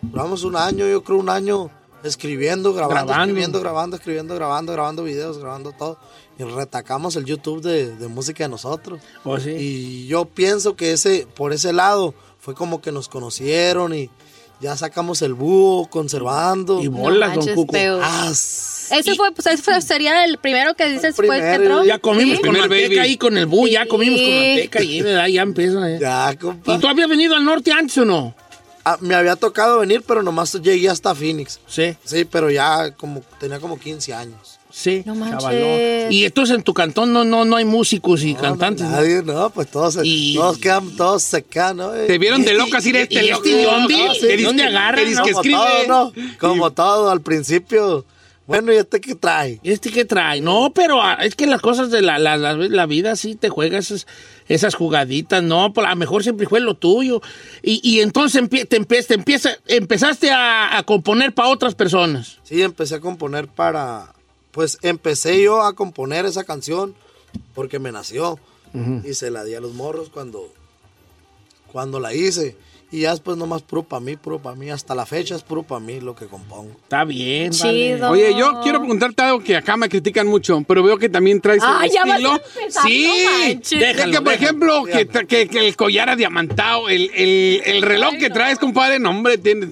[SPEAKER 6] Duramos un año, yo creo un año, escribiendo, grabando,
[SPEAKER 1] Grabando.
[SPEAKER 6] escribiendo, grabando, escribiendo, grabando, grabando videos, grabando todo. Y retacamos el YouTube de, de música de nosotros.
[SPEAKER 1] Oh, sí.
[SPEAKER 6] Y yo pienso que ese, por ese lado, fue como que nos conocieron y ya sacamos el búho conservando.
[SPEAKER 1] Y bolas, don
[SPEAKER 3] manches,
[SPEAKER 1] Cuco.
[SPEAKER 3] feo.
[SPEAKER 6] Ah, s-
[SPEAKER 3] Ese fue, pues, ese fue- sería el primero que dices fue el que
[SPEAKER 6] primero,
[SPEAKER 3] entró.
[SPEAKER 1] Ya comimos
[SPEAKER 3] Sí.
[SPEAKER 1] con
[SPEAKER 2] Primer
[SPEAKER 1] manteca
[SPEAKER 2] baby.
[SPEAKER 1] ahí con el bu, ya
[SPEAKER 3] Sí.
[SPEAKER 1] comimos con manteca ahí, ¿verdad? Ya empieza. ¿eh?
[SPEAKER 6] ya, compa.
[SPEAKER 1] ¿Y tú habías venido al norte antes o no?
[SPEAKER 6] Ah, me había tocado venir, pero nomás llegué hasta Phoenix.
[SPEAKER 1] Sí,
[SPEAKER 6] Sí, pero ya como tenía como 15 años.
[SPEAKER 1] sí.
[SPEAKER 3] No manches.
[SPEAKER 1] chavalón. Y entonces en tu cantón no, no, no hay músicos y cantantes. ¿no?
[SPEAKER 6] Nadie, no, pues todos, se-
[SPEAKER 1] Y-
[SPEAKER 6] todos quedan, todos se quedan, ¿no?
[SPEAKER 2] Te vieron de
[SPEAKER 1] Y-
[SPEAKER 2] locas ir
[SPEAKER 1] y-
[SPEAKER 2] a este
[SPEAKER 1] y
[SPEAKER 2] loco.
[SPEAKER 1] este dónde?
[SPEAKER 2] Ah,
[SPEAKER 1] ¿De
[SPEAKER 2] dice
[SPEAKER 1] dónde
[SPEAKER 2] que-
[SPEAKER 1] agarran,
[SPEAKER 2] Te dice que
[SPEAKER 1] no?
[SPEAKER 6] como
[SPEAKER 2] escribe.
[SPEAKER 6] todo, ¿no? Como todo, al principio. Bueno, ¿y este qué trae?
[SPEAKER 1] ¿Y este qué trae? No, pero ah, es que las cosas de la, la, la- la vida sí te juega esas, esas jugaditas, no, pues, a lo mejor siempre fue lo tuyo. Y, y entonces empie- te, empe- te empieza, empezaste a, a componer para otras personas.
[SPEAKER 6] Sí, empecé a componer para. Pues empecé yo a componer esa canción porque me nació. Y se la di a los morros cuando, cuando la hice. Y ya después nomás puro para mí, puro para mí. Hasta la fecha es puro para mí lo que compongo.
[SPEAKER 1] Está bien, vale.
[SPEAKER 3] Chido.
[SPEAKER 2] Oye, yo quiero preguntarte algo que acá me critican mucho, pero veo que también traes
[SPEAKER 3] Ah,
[SPEAKER 2] el
[SPEAKER 3] ya vas a
[SPEAKER 2] estilo.
[SPEAKER 3] empezar,
[SPEAKER 2] sí,
[SPEAKER 3] no manches.
[SPEAKER 2] De
[SPEAKER 1] Déjalo,
[SPEAKER 2] que por
[SPEAKER 1] déjalo.
[SPEAKER 2] ejemplo que, tra- que- que el collar adiamantado, el, el- el reloj que traes, compadre, no hombre, tienes.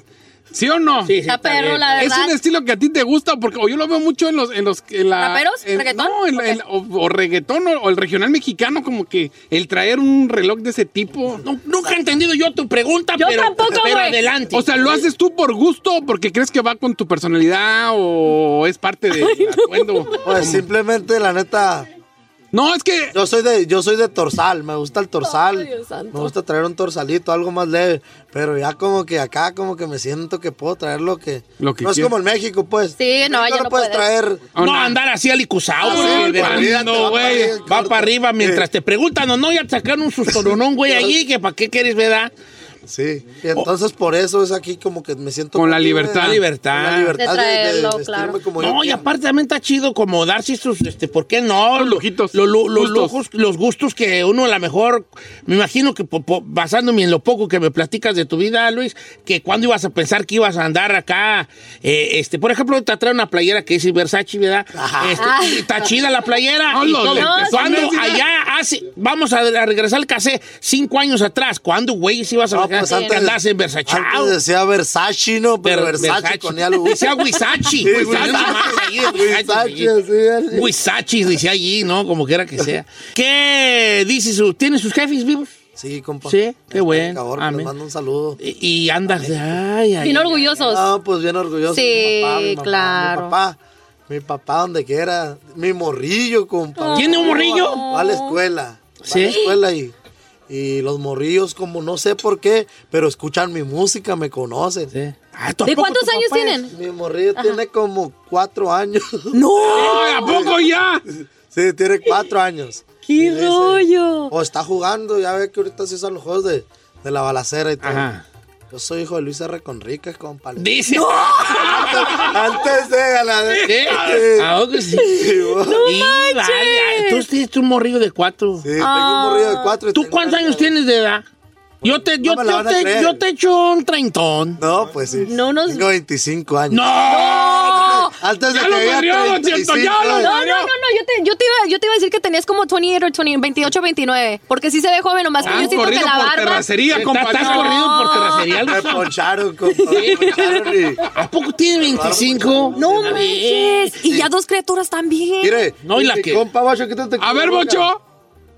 [SPEAKER 2] ¿Sí o no?
[SPEAKER 1] Sí, sí,
[SPEAKER 3] Está perro,
[SPEAKER 1] bien.
[SPEAKER 3] la verdad.
[SPEAKER 2] Es un estilo que a ti te gusta, porque o yo lo veo mucho en los... En los en la-
[SPEAKER 3] ¿Raperos?
[SPEAKER 2] en-
[SPEAKER 3] ¿Reggaetón?
[SPEAKER 2] No, en la- en la- o, o reggaetón o, o el regional mexicano, como que el traer un reloj de ese tipo.
[SPEAKER 1] No, nunca he entendido yo tu pregunta,
[SPEAKER 3] Yo
[SPEAKER 1] pero,
[SPEAKER 3] tampoco,
[SPEAKER 1] pero
[SPEAKER 3] güey.
[SPEAKER 1] adelante.
[SPEAKER 2] O sea, ¿lo haces tú por gusto o porque crees que va con tu personalidad o es parte del atuendo?
[SPEAKER 6] Pues simplemente, la neta,
[SPEAKER 2] No, es que...
[SPEAKER 6] yo soy de, yo soy de torsal, me gusta el torsal. Me gusta traer un torsalito, algo más leve. Pero ya como que acá, como que me siento que puedo traer lo que.
[SPEAKER 2] Lo que
[SPEAKER 6] no es
[SPEAKER 2] quieras.
[SPEAKER 6] como en México, pues.
[SPEAKER 3] Sí, no, allá
[SPEAKER 6] lo
[SPEAKER 3] no
[SPEAKER 6] puedes
[SPEAKER 3] puedes.
[SPEAKER 6] traer.
[SPEAKER 1] Oh, no Ah, andar así alicuzado,
[SPEAKER 2] Sí,
[SPEAKER 1] güey, de
[SPEAKER 2] olvídate,
[SPEAKER 1] bandido,
[SPEAKER 6] va
[SPEAKER 1] güey. Eh.
[SPEAKER 6] para arriba,
[SPEAKER 1] Va para arriba mientras te preguntan o no, ya te sacaron un sustoronón, güey, allí, que para qué quieres, ¿verdad?
[SPEAKER 6] Sí. Y entonces por eso es aquí como que me siento.
[SPEAKER 2] Con la
[SPEAKER 6] libre,
[SPEAKER 2] libertad.
[SPEAKER 6] con
[SPEAKER 1] libertad.
[SPEAKER 6] la libertad
[SPEAKER 3] De traerlo,
[SPEAKER 6] vestirme
[SPEAKER 3] claro.
[SPEAKER 6] como yo
[SPEAKER 1] No, y
[SPEAKER 6] quiera.
[SPEAKER 1] aparte también está chido como darse sus, este, ¿por qué no?
[SPEAKER 2] Los lujitos.
[SPEAKER 1] Los, lu- los
[SPEAKER 2] Gustos.
[SPEAKER 1] lujos, los gustos que uno a lo mejor, me imagino que po- po- basándome en lo poco que me platicas de tu vida, Luis, que cuando ibas a pensar que ibas a andar acá, eh, este, por ejemplo, te trae una playera que dice Versace, ¿verdad? Este,
[SPEAKER 6] Ah.
[SPEAKER 1] y está chida la playera.
[SPEAKER 2] No,
[SPEAKER 1] y
[SPEAKER 2] los
[SPEAKER 1] todo.
[SPEAKER 2] lentes.
[SPEAKER 1] Cuando
[SPEAKER 2] No, sí,
[SPEAKER 1] allá hace, vamos a, a regresar al casé cinco años atrás, ¿cuándo, güey, si ibas a
[SPEAKER 6] No,
[SPEAKER 1] andar
[SPEAKER 6] pues antes,
[SPEAKER 1] en Versace?
[SPEAKER 6] antes decía Versace, ¿no? Pero
[SPEAKER 1] Ver-
[SPEAKER 6] Versace, con ella lo
[SPEAKER 1] Decía Wisachi.
[SPEAKER 6] Sí,
[SPEAKER 1] Wisachi. Ahí de
[SPEAKER 6] Versace,
[SPEAKER 1] Wisachi.
[SPEAKER 6] así, así.
[SPEAKER 1] Huizachi, dice allí, ¿no? Como quiera que sea. ¿Qué dice su... ¿Tiene sus jefes vivos?
[SPEAKER 6] Sí, compa.
[SPEAKER 1] Sí, qué bueno.
[SPEAKER 6] Por favor,
[SPEAKER 1] Amén.
[SPEAKER 6] les mando un saludo.
[SPEAKER 1] Y, y andas de... Ay, ay,
[SPEAKER 3] Bien
[SPEAKER 1] ay.
[SPEAKER 3] orgullosos.
[SPEAKER 6] No, pues bien orgulloso.
[SPEAKER 3] Sí,
[SPEAKER 6] mi papá, mi mamá,
[SPEAKER 3] claro.
[SPEAKER 6] Mi papá, mi papá, donde quiera. Mi morrillo, compa.
[SPEAKER 1] ¿Tiene un morrillo?
[SPEAKER 6] Va a la escuela.
[SPEAKER 1] Sí.
[SPEAKER 6] Sí. a la escuela y, y los morrillos, como no sé por qué, pero escuchan mi música, me conocen.
[SPEAKER 1] Sí. Ah,
[SPEAKER 3] ¿De cuántos años tienen?
[SPEAKER 6] Mi morrillo tiene como cuatro años.
[SPEAKER 2] ¡Ay, ¿A poco ya?
[SPEAKER 6] sí, tiene cuatro años.
[SPEAKER 3] ¡Qué
[SPEAKER 6] dice-
[SPEAKER 3] rollo!
[SPEAKER 6] O está jugando, ya ve que ahorita se usan los juegos de, de la balacera y todo.
[SPEAKER 1] Ajá.
[SPEAKER 6] Yo soy hijo de Luis R. Conríquez, compa.
[SPEAKER 1] Dice...
[SPEAKER 6] Antes de ganar.
[SPEAKER 1] ¿Qué? Ah, ok, sí. Y vale, ah, entonces tienes tú un morrillo de cuatro.
[SPEAKER 6] Sí, tengo un morrillo de cuatro. y
[SPEAKER 1] ¿Tú
[SPEAKER 6] tengo
[SPEAKER 1] cuántos
[SPEAKER 6] una hija
[SPEAKER 1] años
[SPEAKER 6] de-
[SPEAKER 1] tienes de edad? Yo te, yo,
[SPEAKER 6] No me la
[SPEAKER 1] yo
[SPEAKER 6] van a
[SPEAKER 1] te,
[SPEAKER 6] creer.
[SPEAKER 1] yo te echo un treintón.
[SPEAKER 6] No, pues sí.
[SPEAKER 3] No nos-
[SPEAKER 6] Tengo 25 años.
[SPEAKER 1] ¡No!
[SPEAKER 6] Antes de
[SPEAKER 2] Ya
[SPEAKER 6] que
[SPEAKER 2] lo
[SPEAKER 6] diga
[SPEAKER 2] corrió, don Cheto,
[SPEAKER 6] 35
[SPEAKER 2] ya lo-
[SPEAKER 6] años.
[SPEAKER 3] No, no, no, no, yo te, yo, te iba, yo te iba a decir que tenías como 28 o 20, 28 29, porque sí se ve joven, nomás que yo
[SPEAKER 2] Han
[SPEAKER 3] siento que
[SPEAKER 2] corrido
[SPEAKER 3] la
[SPEAKER 2] Ah, por
[SPEAKER 3] barba...
[SPEAKER 2] terracería,
[SPEAKER 1] Estás
[SPEAKER 2] compadre.
[SPEAKER 1] estás corrido por terracería.
[SPEAKER 6] Me
[SPEAKER 1] Algo
[SPEAKER 6] poncharon, compa. Me poncharon y...
[SPEAKER 1] ¿A poco tiene 25?
[SPEAKER 3] ¡No
[SPEAKER 1] A ver.
[SPEAKER 3] manches! Y ya dos criaturas también.
[SPEAKER 6] Mire,
[SPEAKER 1] No, y la
[SPEAKER 6] mi
[SPEAKER 1] que-
[SPEAKER 6] compa, Bocho, quítate.
[SPEAKER 2] A ver, Bocho.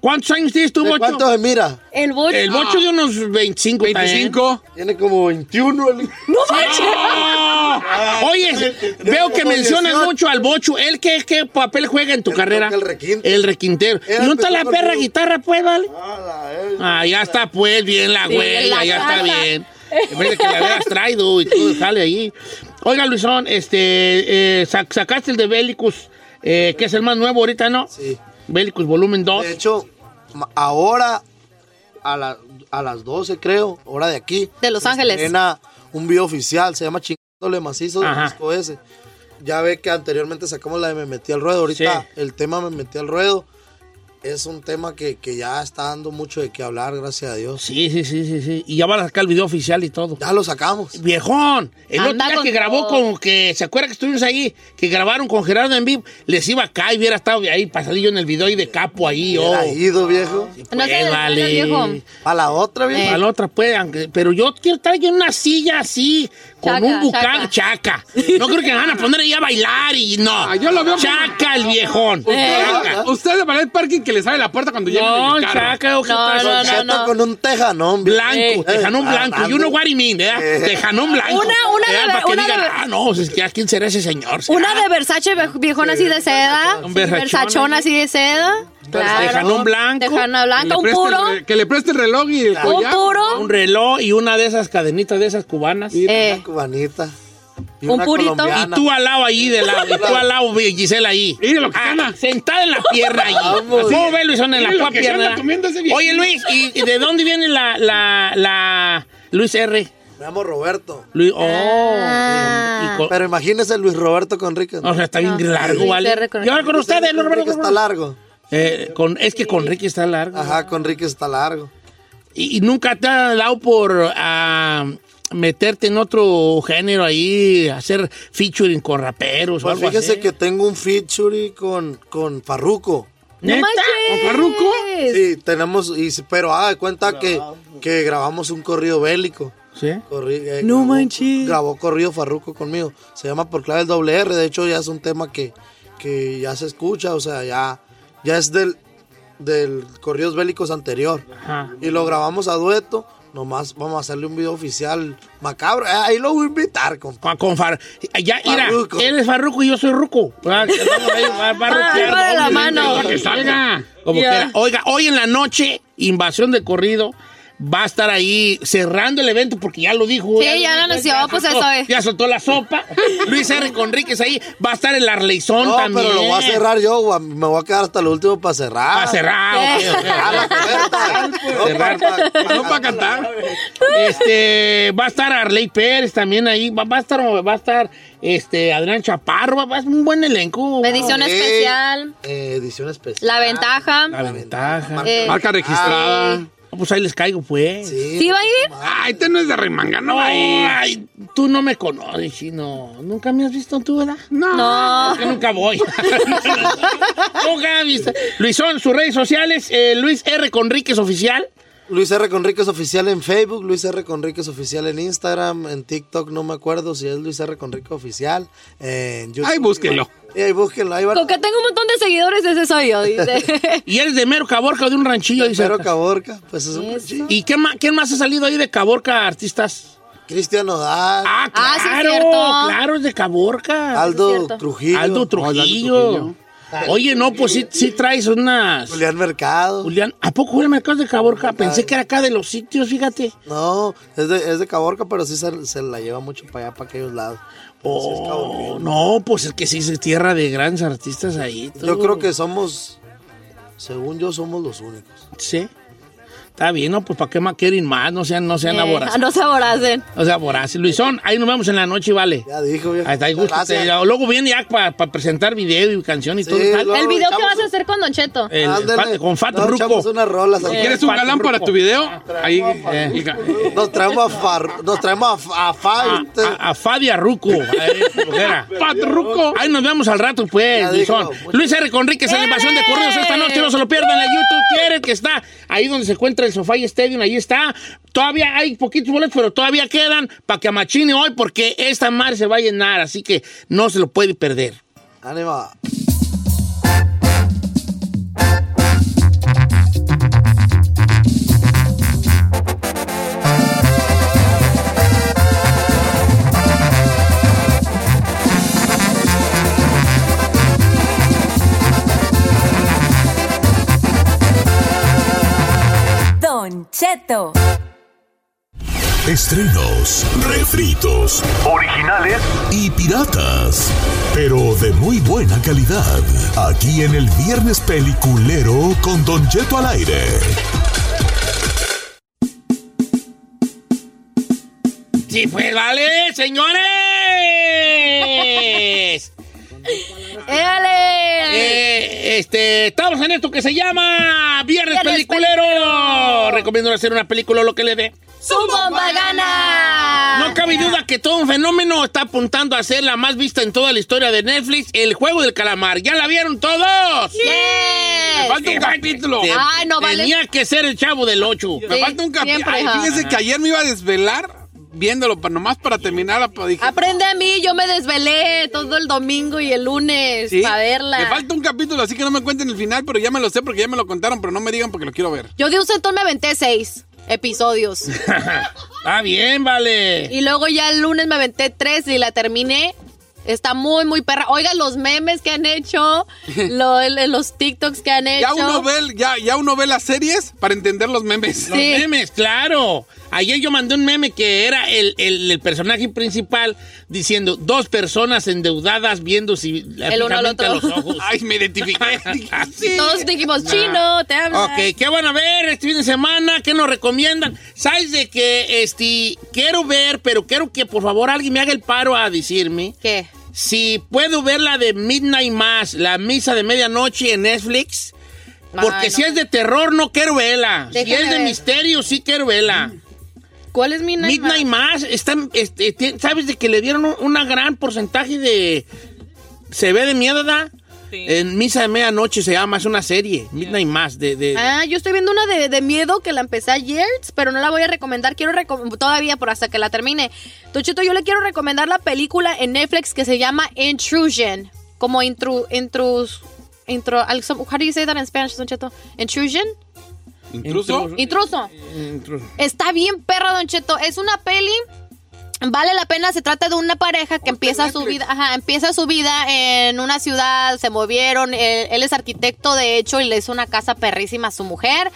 [SPEAKER 1] ¿Cuántos años tienes tú,
[SPEAKER 6] ¿De
[SPEAKER 1] Bocho?
[SPEAKER 6] cuánto se mira?
[SPEAKER 3] El bocho.
[SPEAKER 1] El Bocho de unos 25.
[SPEAKER 2] ¿eh?
[SPEAKER 1] también.
[SPEAKER 2] 25.
[SPEAKER 6] Tiene como 21. el-
[SPEAKER 3] ¡No manches!
[SPEAKER 1] ¡Oh!
[SPEAKER 6] Ah,
[SPEAKER 1] Oye, veo que mencionas mucho al Bocho. ¿Él qué, qué papel juega en tu
[SPEAKER 6] Él
[SPEAKER 1] carrera?
[SPEAKER 6] toca el requinte.
[SPEAKER 1] El requintero.
[SPEAKER 6] Él
[SPEAKER 1] ¿Y dónde está la
[SPEAKER 6] empezó
[SPEAKER 1] perra
[SPEAKER 6] conmigo.
[SPEAKER 1] guitarra, pues, vale?
[SPEAKER 6] Ah, la verga.
[SPEAKER 1] Ah, ya está, pues, bien la
[SPEAKER 3] Sí,
[SPEAKER 1] güey, ya
[SPEAKER 3] la
[SPEAKER 1] está
[SPEAKER 3] casa.
[SPEAKER 1] bien. En vez de que la hubieras traído y tú sale ahí. Oiga, Luisón, este, eh, sac- sacaste el de Bellicus, eh, que es el más nuevo ahorita, ¿no?
[SPEAKER 6] Sí.
[SPEAKER 1] Bellicus Volumen 2.
[SPEAKER 6] De hecho, ma- ahora, a, la- a las 12, creo, hora de aquí.
[SPEAKER 3] De Los
[SPEAKER 6] se
[SPEAKER 3] Ángeles.
[SPEAKER 6] estrena un video oficial, se llama Chingándole Macizo del
[SPEAKER 1] Ajá.
[SPEAKER 6] disco ese. Ya ve que anteriormente sacamos la de Me Metí al Ruedo. Ahorita
[SPEAKER 1] Sí.
[SPEAKER 6] el tema Me Metí al Ruedo es un tema que, que ya está dando mucho de qué hablar, gracias a Dios.
[SPEAKER 1] Sí, sí, sí, sí, sí. Y ya van a sacar el video oficial y todo.
[SPEAKER 6] Ya lo sacamos.
[SPEAKER 1] Viejón, el
[SPEAKER 3] Anda
[SPEAKER 1] otro día
[SPEAKER 3] con
[SPEAKER 1] que grabó
[SPEAKER 3] todo.
[SPEAKER 1] con que, ¿se acuerda que estuvimos ahí? Que grabaron con Gerardo en vivo, les iba acá y hubiera estado ahí pasadillo en el video y de capo ahí, oh. Pues,
[SPEAKER 6] Hubiera ido, viejo.
[SPEAKER 1] Sí,
[SPEAKER 3] No se desgana, viejo.
[SPEAKER 6] A la otra,
[SPEAKER 3] Eh,
[SPEAKER 6] viejo.
[SPEAKER 1] A la otra puedan, pero yo quiero estar yo en una silla así, con
[SPEAKER 3] Chaca,
[SPEAKER 1] un bucán chaca. No creo que me van a poner ahí a bailar y no.
[SPEAKER 2] Ah, yo lo veo como- pues,
[SPEAKER 1] chaca el viejón. Chaca.
[SPEAKER 2] Ustedes van al parking que les abre la puerta cuando llegan
[SPEAKER 1] No,
[SPEAKER 2] en el carro.
[SPEAKER 1] chaca, ojito,
[SPEAKER 3] No,
[SPEAKER 1] eso,
[SPEAKER 3] no,
[SPEAKER 1] chaca.
[SPEAKER 6] Cheto
[SPEAKER 3] no.
[SPEAKER 6] con un tejanón, viejo.
[SPEAKER 1] Blanco,
[SPEAKER 6] Eh,
[SPEAKER 1] tejanón
[SPEAKER 2] ah,
[SPEAKER 1] blanco.
[SPEAKER 6] andando.
[SPEAKER 1] You know what I mean, ¿verdad?
[SPEAKER 6] Eh.
[SPEAKER 1] Tejanón blanco.
[SPEAKER 3] Una- una de
[SPEAKER 1] ¿verdad?
[SPEAKER 3] ver-
[SPEAKER 1] Para que
[SPEAKER 3] una de
[SPEAKER 1] digan,
[SPEAKER 3] ver-
[SPEAKER 1] ah, no, es que, ¿a quién será ese señor?
[SPEAKER 3] Una Ah, de Versace vie- viejona así de seda.
[SPEAKER 1] Un
[SPEAKER 3] Un
[SPEAKER 1] versachón,
[SPEAKER 3] versachón
[SPEAKER 1] ¿no?
[SPEAKER 3] así de seda. Claro.
[SPEAKER 1] Tejanón blanco.
[SPEAKER 2] Que
[SPEAKER 3] Tejana
[SPEAKER 2] le
[SPEAKER 3] blanca, un
[SPEAKER 2] preste el
[SPEAKER 3] puro.
[SPEAKER 2] re- que le preste el reloj y el
[SPEAKER 3] Un
[SPEAKER 2] collar.
[SPEAKER 3] puro.
[SPEAKER 1] Un reloj y una de esas cadenitas de esas cubanas. Y
[SPEAKER 3] Eh,
[SPEAKER 6] Una cubanita. Y
[SPEAKER 3] Un
[SPEAKER 6] una
[SPEAKER 3] purito.
[SPEAKER 6] colombiana.
[SPEAKER 1] tú al lado ahí de lado, y tú al lado, Gisela ahí. Ah,
[SPEAKER 2] Mire lo que gana.
[SPEAKER 1] sentada en la pierna ahí.
[SPEAKER 6] Vamos.
[SPEAKER 1] ¿Cómo ve Luisón en la
[SPEAKER 2] Mire lo
[SPEAKER 1] pua
[SPEAKER 2] que se
[SPEAKER 1] pierna?
[SPEAKER 2] anda comiendo ese viejo.
[SPEAKER 1] Oye, Luis, ¿y, y de dónde viene la, la, la Luis R?
[SPEAKER 6] Me llamo Roberto.
[SPEAKER 1] Luis, oh.
[SPEAKER 3] Ah.
[SPEAKER 1] Y con-
[SPEAKER 6] Pero imagínese Luis Roberto Conríquez.
[SPEAKER 1] o sea, está bien largo,
[SPEAKER 3] Luis
[SPEAKER 1] ¿vale?
[SPEAKER 3] R con-
[SPEAKER 1] Y ahora con ustedes, Luis
[SPEAKER 6] Conríquez está
[SPEAKER 1] Roberto.
[SPEAKER 6] largo.
[SPEAKER 1] Eh, con, es que con Ricky está largo.
[SPEAKER 6] Ajá, Conríquez está largo.
[SPEAKER 1] Y, y nunca te ha dado por ah, meterte en otro género ahí, hacer featuring con raperos o
[SPEAKER 6] Pues
[SPEAKER 1] algo
[SPEAKER 6] fíjese
[SPEAKER 1] así.
[SPEAKER 6] que tengo un feature con, con Farruco.
[SPEAKER 1] ¿Neta?
[SPEAKER 3] manches.
[SPEAKER 1] ¿Con Farruko?
[SPEAKER 6] Sí, tenemos, y, pero ah, de cuenta que, que grabamos un corrido bélico.
[SPEAKER 1] Sí.
[SPEAKER 6] no manches. Grabó eh, corrido Farruco conmigo. Se llama Por Clave el Doble R. De hecho, ya es un tema que, que ya se escucha. O sea, ya, ya es del, del Corridos Bélicos anterior.
[SPEAKER 1] Ajá.
[SPEAKER 6] Y lo grabamos a dueto. Nomás vamos a hacerle un video oficial macabro. Eh, Ahí lo voy a invitar, compa.
[SPEAKER 1] Con, con Far... Ya, mira,
[SPEAKER 6] Farruko.
[SPEAKER 1] él es Farruco y yo soy Ruco. Va, que vamos ahí, va- va a ruquear,
[SPEAKER 3] para la
[SPEAKER 1] hombre,
[SPEAKER 3] mano.
[SPEAKER 1] para que salga. Como
[SPEAKER 3] Ya.
[SPEAKER 1] quiera. Oiga, hoy en la noche, Invasión de Corrido va a estar ahí cerrando el evento porque ya lo dijo.
[SPEAKER 3] Sí, ya lo anunció, pues
[SPEAKER 1] soltó-
[SPEAKER 3] eso es.
[SPEAKER 1] Ya soltó la sopa. Luis R. Conríquez ahí va a estar el Arleizón
[SPEAKER 6] No,
[SPEAKER 1] también.
[SPEAKER 6] pero lo voy a cerrar yo. gua- Me voy a quedar hasta lo último para cerrar.
[SPEAKER 1] Va a cerrar. ok, ok, ok.
[SPEAKER 6] A la puerta. No,
[SPEAKER 1] Cerrar.
[SPEAKER 6] para- para-
[SPEAKER 2] No para cantar.
[SPEAKER 1] Este, va a estar Arley Pérez también ahí, va, va a estar, va a estar este, Adrián Chaparro, va, va a ser un buen elenco.
[SPEAKER 3] Edición
[SPEAKER 6] Ok.
[SPEAKER 3] especial.
[SPEAKER 6] Eh, edición especial.
[SPEAKER 3] La ventaja.
[SPEAKER 1] La ventaja.
[SPEAKER 3] Eh,
[SPEAKER 2] Marca
[SPEAKER 6] Ah,
[SPEAKER 2] registrada.
[SPEAKER 1] No, Pues ahí les caigo, pues.
[SPEAKER 6] Sí.
[SPEAKER 3] ¿Sí va a ir?
[SPEAKER 2] Ah, este no es de remanga, no
[SPEAKER 1] No,
[SPEAKER 2] va a ir.
[SPEAKER 1] ay, tú no me conoces, chino. Nunca me has visto tú, ¿verdad?
[SPEAKER 2] No.
[SPEAKER 3] No.
[SPEAKER 1] Yo nunca voy. nunca me has visto. Luisón, sus redes sociales, eh, Luis R. Conríquez Oficial.
[SPEAKER 6] Luis R. Conríquez Oficial en Facebook, Luis R. Conríquez Oficial en Instagram, en TikTok, no me acuerdo si es Luis R. Conríquez Oficial. En YouTube.
[SPEAKER 2] Ay, búsquenlo.
[SPEAKER 6] Y ahí búsquenlo, ahí va.
[SPEAKER 3] Con que tengo un montón de seguidores, ese soy yo, dice.
[SPEAKER 1] Y eres de Mero Caborca o de un ranchillo, dice.
[SPEAKER 6] Pero Caborca, pues es un sí.
[SPEAKER 1] ¿Y qué ma- quién más ha salido ahí de Caborca, artistas?
[SPEAKER 6] Cristian Nodal,
[SPEAKER 1] Ah,
[SPEAKER 3] Ah, sí,
[SPEAKER 1] claro,
[SPEAKER 3] cierto.
[SPEAKER 1] claro, es de Caborca. Aldo,
[SPEAKER 3] es
[SPEAKER 6] Aldo
[SPEAKER 3] cierto.
[SPEAKER 6] Trujillo,
[SPEAKER 1] Trujillo. Oye, no, pues sí, sí traes unas...
[SPEAKER 6] Julián Mercado.
[SPEAKER 1] Julián, ¿a poco el mercado de Caborca? Pensé que era acá de los sitios, fíjate.
[SPEAKER 6] No, es de, es de Caborca, pero sí se, se la lleva mucho para allá, para aquellos lados. Pues Sí, es
[SPEAKER 1] Oh,
[SPEAKER 6] caborqueño.
[SPEAKER 1] no, pues es que sí es tierra de grandes artistas ahí. tú.
[SPEAKER 6] Yo creo que somos, según yo, somos los únicos.
[SPEAKER 1] Sí. Está bien, no, pues ¿para qué más quieren más? No sean, no sean
[SPEAKER 3] Eh,
[SPEAKER 1] aboraces.
[SPEAKER 3] no se aboracen.
[SPEAKER 1] No sean aboraces. Luisón, ahí nos vemos en la noche, vale.
[SPEAKER 6] Ya dijo, viejo.
[SPEAKER 1] Hasta ahí,
[SPEAKER 6] Muchas
[SPEAKER 1] gusto.
[SPEAKER 6] gracias.
[SPEAKER 1] Luego viene ya para presentar video y canción y
[SPEAKER 6] Sí,
[SPEAKER 1] todo. y tal.
[SPEAKER 6] luego
[SPEAKER 3] El video que
[SPEAKER 6] echamos
[SPEAKER 3] vas a
[SPEAKER 6] un-
[SPEAKER 3] hacer con Don Cheto.
[SPEAKER 1] El- el
[SPEAKER 6] Ándale.
[SPEAKER 1] Fat- con Fat
[SPEAKER 6] No,
[SPEAKER 1] Ruco.
[SPEAKER 6] echamos unas rolas. aquí.
[SPEAKER 2] ¿Quieres un
[SPEAKER 1] Pato
[SPEAKER 2] galán para
[SPEAKER 1] Ruco.
[SPEAKER 2] tu video? Ahí.
[SPEAKER 1] Eh.
[SPEAKER 2] eh,
[SPEAKER 6] Nos traemos a Far, nos traemos a, a Far-
[SPEAKER 1] a, a- a Fadia Ruco. Patruco. Ahí nos vemos al rato, pues,
[SPEAKER 6] Ya
[SPEAKER 1] Luisón.
[SPEAKER 6] dijo.
[SPEAKER 1] Luis R. Conríquez, en invasión de corridos esta noche. No se lo pierdan. La YouTube quiere que está ahí donde se encuentra el Sofá Stadium. Ahí está. Todavía hay poquitos boletos, pero todavía quedan para que amachine hoy porque esta mar se va a llenar. Así que no se lo puede perder. ah.
[SPEAKER 6] Ánima.
[SPEAKER 4] Don Cheto.
[SPEAKER 7] Estrenos, refritos, originales y piratas, pero de muy buena calidad. Aquí en el Viernes Peliculero con Don Jeto al aire.
[SPEAKER 1] Sí, pues vale, señores. Eh, este, estamos en esto que se llama Viernes,
[SPEAKER 3] Viernes
[SPEAKER 1] Peliculero. Recomiendo hacer una película o lo que le dé.
[SPEAKER 3] ¡Su bomba gana!
[SPEAKER 1] No cabe duda que todo un fenómeno está apuntando a ser la más vista en toda la historia de Netflix, El Juego del Calamar. ¿Ya la vieron todos?
[SPEAKER 3] ¡Yes!
[SPEAKER 2] Me falta un
[SPEAKER 1] Siempre.
[SPEAKER 2] capítulo.
[SPEAKER 1] Te-
[SPEAKER 3] Ay, no vale.
[SPEAKER 1] Tenía que ser el chavo del 8.
[SPEAKER 2] Me
[SPEAKER 3] Sí,
[SPEAKER 2] falta un capítulo.
[SPEAKER 3] siempre,
[SPEAKER 2] Ay,
[SPEAKER 3] ajá.
[SPEAKER 2] Fíjense que ayer me iba a desvelar viéndolo, pa- nomás para terminar. la- Dije,
[SPEAKER 3] Aprende a mí, yo me desvelé todo el domingo y el lunes
[SPEAKER 2] sí,
[SPEAKER 3] para
[SPEAKER 2] Me
[SPEAKER 3] verla.
[SPEAKER 2] falta un capítulo, así que no me cuenten el final, pero ya me lo sé porque ya me lo contaron, pero no me digan porque lo quiero ver.
[SPEAKER 3] Yo de un centón me aventé seis episodios.
[SPEAKER 1] Está Ah, bien, vale.
[SPEAKER 3] y luego ya el lunes me aventé tres y la terminé. Está muy, muy perra. Oiga, los memes que han hecho, lo- el- los TikToks que han hecho.
[SPEAKER 2] Ya uno, ve, el- ya, ya uno ve las series para entender los memes.
[SPEAKER 1] Los
[SPEAKER 3] Sí.
[SPEAKER 1] memes, claro. Ayer yo mandé un meme que era el, el- el personaje principal diciendo dos personas endeudadas viendo si
[SPEAKER 3] El uno al
[SPEAKER 1] fijamente
[SPEAKER 3] otro.
[SPEAKER 1] los ojos.
[SPEAKER 2] Ay, me identifiqué.
[SPEAKER 1] Así.
[SPEAKER 3] Todos dijimos, chino, te hablo.
[SPEAKER 1] Ok, ¿qué van a ver este fin de semana? ¿Qué nos recomiendan? ¿Sabes de que este, quiero ver, pero quiero que por favor alguien me haga el paro a decirme
[SPEAKER 3] ¿Qué?
[SPEAKER 1] si puedo ver la de Midnight Mass, la misa de medianoche en Netflix? Porque
[SPEAKER 3] Ay,
[SPEAKER 1] si
[SPEAKER 3] no.
[SPEAKER 1] es de terror, no quiero verla. si
[SPEAKER 3] Déjame
[SPEAKER 1] es de
[SPEAKER 3] ver.
[SPEAKER 1] misterio, sí quiero verla.
[SPEAKER 3] ¿Cuál es Midnight,
[SPEAKER 1] Midnight
[SPEAKER 3] Mass?
[SPEAKER 1] Mass, está, este, ti- ¿sabes de que le dieron un una gran porcentaje de... Se ve de mierda? En Misa de Medianoche se llama, es una serie, Midnight Mass, de... de-
[SPEAKER 3] Ah, yo estoy viendo una de, de miedo que la empecé ayer, pero no la voy a recomendar. Quiero recom- todavía por hasta que la termine. Tochito, yo le quiero recomendar la película en Netflix que se llama Intrusion. Como intru, intrus, intro, al- some- how do you say that in Spanish, Don Cheto? Intrusion?
[SPEAKER 2] Intruso.
[SPEAKER 3] Intruso. Está bien perra, Don Cheto. Es una peli. Vale la pena, se trata de una pareja que empieza su vida, ajá, empieza su vida en una ciudad, se movieron, él, él es arquitecto de hecho y le hizo una casa perrísima a su mujer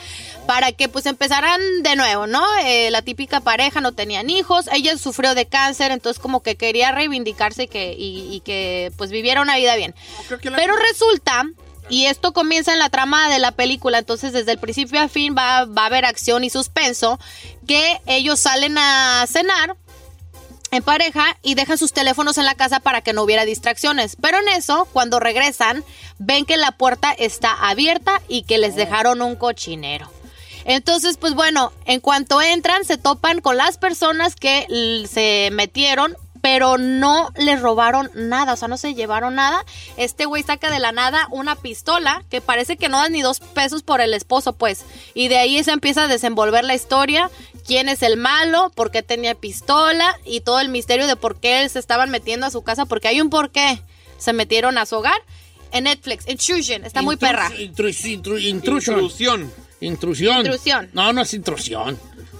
[SPEAKER 3] para que pues empezaran de nuevo, ¿no? Eh, la típica pareja, no tenían hijos, ella sufrió de cáncer, entonces como que quería reivindicarse y que, y- y que pues viviera una vida bien. Pero resulta, y esto comienza en la trama de la película, entonces desde el principio a fin va, va a haber acción y suspenso, que ellos salen a cenar en pareja y dejan sus teléfonos en la casa para que no hubiera distracciones. Pero en eso, cuando regresan, ven que la puerta está abierta y que les dejaron un cochinero. Entonces, pues bueno, en cuanto entran, se topan con las personas que l- se metieron, pero no les robaron nada, o sea, no se llevaron nada. Este güey saca de la nada una pistola que parece que no da ni dos pesos por el esposo, pues. Y de ahí se empieza a desenvolver la historia, quién es el malo, por qué tenía pistola y todo el misterio de por qué se estaban metiendo a su casa, porque hay un por qué se metieron a su hogar. En Netflix, Intrusion, está muy
[SPEAKER 1] Intrus-
[SPEAKER 3] perra.
[SPEAKER 1] intrus- intru- intrusion.
[SPEAKER 2] Intrusión.
[SPEAKER 1] Intrusión.
[SPEAKER 3] Intrusión.
[SPEAKER 1] No, no es intrusión.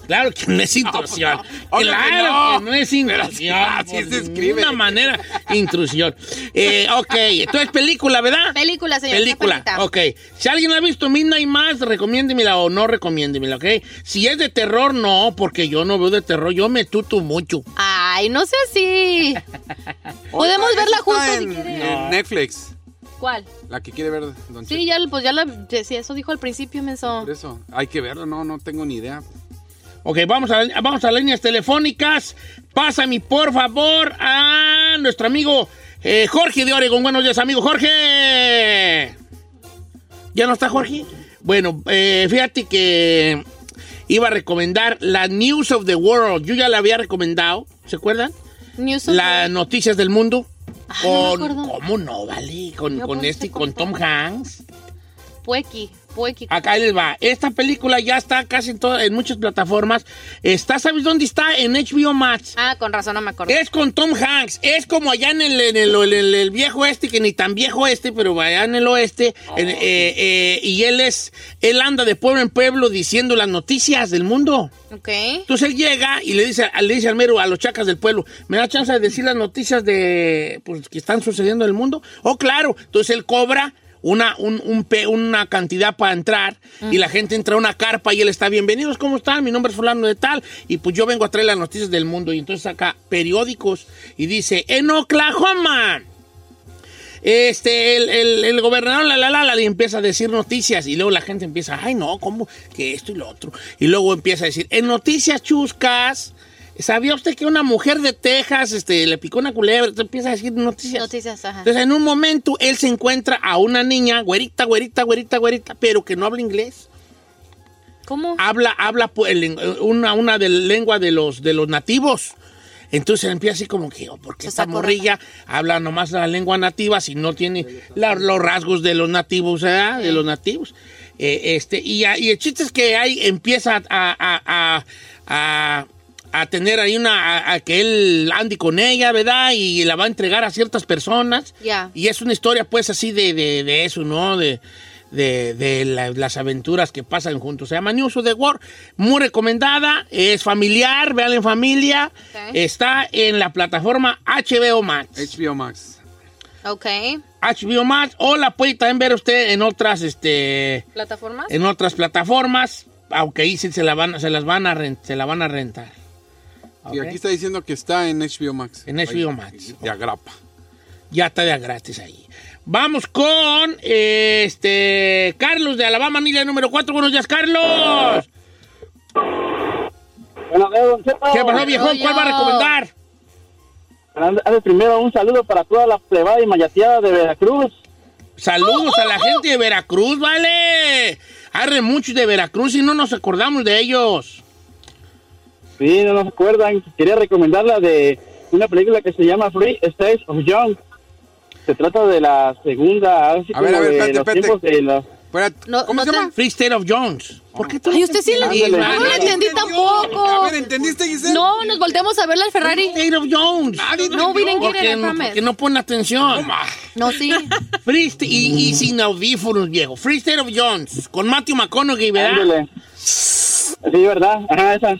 [SPEAKER 1] Claro que no es intrusión.
[SPEAKER 2] Obvio que
[SPEAKER 1] Claro
[SPEAKER 2] no.
[SPEAKER 1] que no es intrusión.
[SPEAKER 2] así
[SPEAKER 1] por
[SPEAKER 2] se escribe.
[SPEAKER 1] De una manera, intrusión. Eh, ok, entonces película, ¿verdad?
[SPEAKER 3] Película, señor.
[SPEAKER 1] Película, ok. Si alguien la ha visto Midnight Mass, recomiéndemela o no recomiéndemela, ¿ok? Si es de terror, no, porque yo no veo de terror, yo me tuto mucho.
[SPEAKER 3] Ay, no sé así. Podemos
[SPEAKER 2] Oiga, esa
[SPEAKER 3] verla
[SPEAKER 2] está
[SPEAKER 3] juntos si
[SPEAKER 2] en-
[SPEAKER 3] quiere.
[SPEAKER 2] en Netflix.
[SPEAKER 3] ¿Cuál?
[SPEAKER 2] La que quiere ver, don
[SPEAKER 3] Sí, ya, pues ya la, sí, eso dijo al principio, menso.
[SPEAKER 2] Por eso, hay que verlo, no, no tengo ni idea.
[SPEAKER 1] Ok, vamos a, vamos a las líneas telefónicas. Pásame, por favor, a nuestro amigo eh, Jorge de Oregon. Buenos días, amigo Jorge. ¿Ya no está Jorge? Bueno, eh, fíjate que iba a recomendar la News of the World. Yo ya la había recomendado, ¿se acuerdan?
[SPEAKER 3] News of
[SPEAKER 1] Las
[SPEAKER 3] the-
[SPEAKER 1] noticias del mundo.
[SPEAKER 3] Ay, Ah, no me
[SPEAKER 1] Con,
[SPEAKER 3] acuerdo.
[SPEAKER 1] ¿Cómo no, vale? Con,
[SPEAKER 3] No,
[SPEAKER 1] con
[SPEAKER 3] pues,
[SPEAKER 1] este,
[SPEAKER 3] se
[SPEAKER 1] con Tom Hanks.
[SPEAKER 3] Puequi, Puequi.
[SPEAKER 1] Acá les va. Esta película ya está casi en, todas- en muchas plataformas. Está, ¿sabes dónde está? En HBO Max.
[SPEAKER 3] Ah, con razón no me acuerdo.
[SPEAKER 1] Es con Tom Hanks. Es como allá en el, en el- en el- el viejo este, que ni tan viejo este, pero allá en el oeste. En- eh, eh, y él es, él anda de pueblo en pueblo diciendo las noticias del mundo.
[SPEAKER 3] Ok.
[SPEAKER 1] Entonces él llega y le dice, le dice al mero, a los chacas del pueblo, ¿me da chance de decir las noticias de pues, que están sucediendo en el mundo? Oh, claro. Entonces él cobra una, un- un pe- una cantidad para entrar y la gente entra a una carpa y él está, bienvenidos, ¿cómo están? Mi nombre es fulano de tal y pues yo vengo a traer las noticias del mundo. Y entonces saca periódicos y dice, en Oklahoma este, el, el- el gobernador, la, la, la, la, y empieza a decir noticias. Y luego la gente empieza, ay, no, ¿cómo? Que esto y lo otro. Y luego empieza a decir, en noticias chuscas, ¿Sabía usted que una mujer de Texas este, le picó una culebra? Entonces empieza a decir noticias.
[SPEAKER 3] Noticias, ajá.
[SPEAKER 1] Entonces, en un momento, él se encuentra a una niña, güerita, güerita, güerita, güerita, pero que no habla inglés.
[SPEAKER 3] ¿Cómo?
[SPEAKER 1] Habla, habla pues, el len- una, una de lengua de los, de los nativos. Entonces él empieza así como que, oh, ¿por qué
[SPEAKER 3] Se
[SPEAKER 1] esta
[SPEAKER 3] sacó la-
[SPEAKER 1] morrilla habla nomás la lengua nativa si no tiene la- los rasgos de los nativos, ¿verdad? De los nativos. Eh, este, y, a- y el chiste es que ahí empieza a, a- a- a- a tener ahí una, a, a que él ande con ella, ¿verdad? Y la va a entregar a ciertas personas.
[SPEAKER 3] Ya.
[SPEAKER 1] Y es una historia, pues, así de, de- de eso, ¿no? De, de- de la- las aventuras que pasan juntos. Se llama News of the War. Muy recomendada. Es familiar. Vean en familia.
[SPEAKER 3] Ok.
[SPEAKER 1] Está en la plataforma HBO Max.
[SPEAKER 2] HBO Max.
[SPEAKER 3] Ok.
[SPEAKER 1] HBO Max. O la puede también ver usted en otras, este,
[SPEAKER 3] ¿Plataformas?
[SPEAKER 1] en otras plataformas. Aunque ahí sí se, la van, se las van a, ren- se la van a rentar.
[SPEAKER 2] Y
[SPEAKER 1] Ah, Ok.
[SPEAKER 2] aquí está diciendo que está en HBO Max.
[SPEAKER 1] En HBO Max.
[SPEAKER 2] De agrapa.
[SPEAKER 1] Ya está de gratis ahí. Vamos con eh, este Carlos de Alabama, Manila número 4. Buenos días, Carlos.
[SPEAKER 8] Buenos días, don Cheto.
[SPEAKER 1] ¿Qué pasó, viejón? ¿Cuál va a recomendar?
[SPEAKER 8] Antes primero un saludo para toda la plebada y mayateada de Veracruz.
[SPEAKER 1] Saludos a la gente de Veracruz, vale. Arre muchos de Veracruz y no nos acordamos de ellos.
[SPEAKER 8] Sí, no nos acuerdan. Quería recomendarla de una película que se llama Free States of Young. Se trata de la segunda, así
[SPEAKER 2] A ver,
[SPEAKER 8] como
[SPEAKER 2] a ver,
[SPEAKER 8] de
[SPEAKER 2] espérate,
[SPEAKER 8] los
[SPEAKER 2] espérate.
[SPEAKER 8] tiempos de la-
[SPEAKER 2] Espérate,
[SPEAKER 3] No,
[SPEAKER 2] ¿Cómo
[SPEAKER 3] no
[SPEAKER 2] se
[SPEAKER 3] te-
[SPEAKER 2] llama?
[SPEAKER 1] Free State of Jones. ¿Por qué tú
[SPEAKER 3] Ay, usted sí la-
[SPEAKER 1] entiendes,
[SPEAKER 8] Ándale.
[SPEAKER 1] vale?
[SPEAKER 3] No la entendí tampoco.
[SPEAKER 2] A ver, ¿entendiste, Giselle?
[SPEAKER 3] No, nos volteamos a verla al
[SPEAKER 1] Free
[SPEAKER 3] Ferrari.
[SPEAKER 1] State of Jones.
[SPEAKER 3] No, we didn't get it, I
[SPEAKER 1] Porque,
[SPEAKER 3] promise.
[SPEAKER 1] porque no ponen atención.
[SPEAKER 3] No, sí.
[SPEAKER 1] Free Sta- y, y sin audífonos, viejo. Free State of Jones. Con Matthew McConaughey, ¿verdad?
[SPEAKER 8] Ándale. Sí, ¿verdad? Ajá, esa.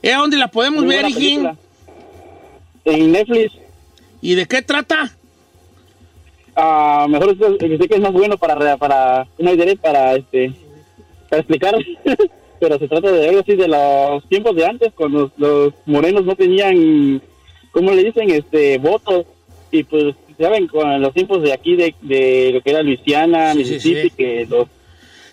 [SPEAKER 1] ¿Es donde ¿Eh, la podemos
[SPEAKER 8] Muy
[SPEAKER 1] ver,
[SPEAKER 8] buena
[SPEAKER 1] hijín?
[SPEAKER 8] película. En Netflix.
[SPEAKER 1] ¿Y de qué trata?
[SPEAKER 8] Ah, mejor usted- que sé que es más bueno para, re- para, no diré para, este, para explicar, pero se trata de algo así de los tiempos de antes, cuando los, los morenos no tenían, ¿cómo le dicen? Este, votos, y pues, saben, con los tiempos de aquí, de, de lo que era Luisiana,
[SPEAKER 1] Sí, sí,
[SPEAKER 8] Mississippi,
[SPEAKER 1] sí.
[SPEAKER 8] que los...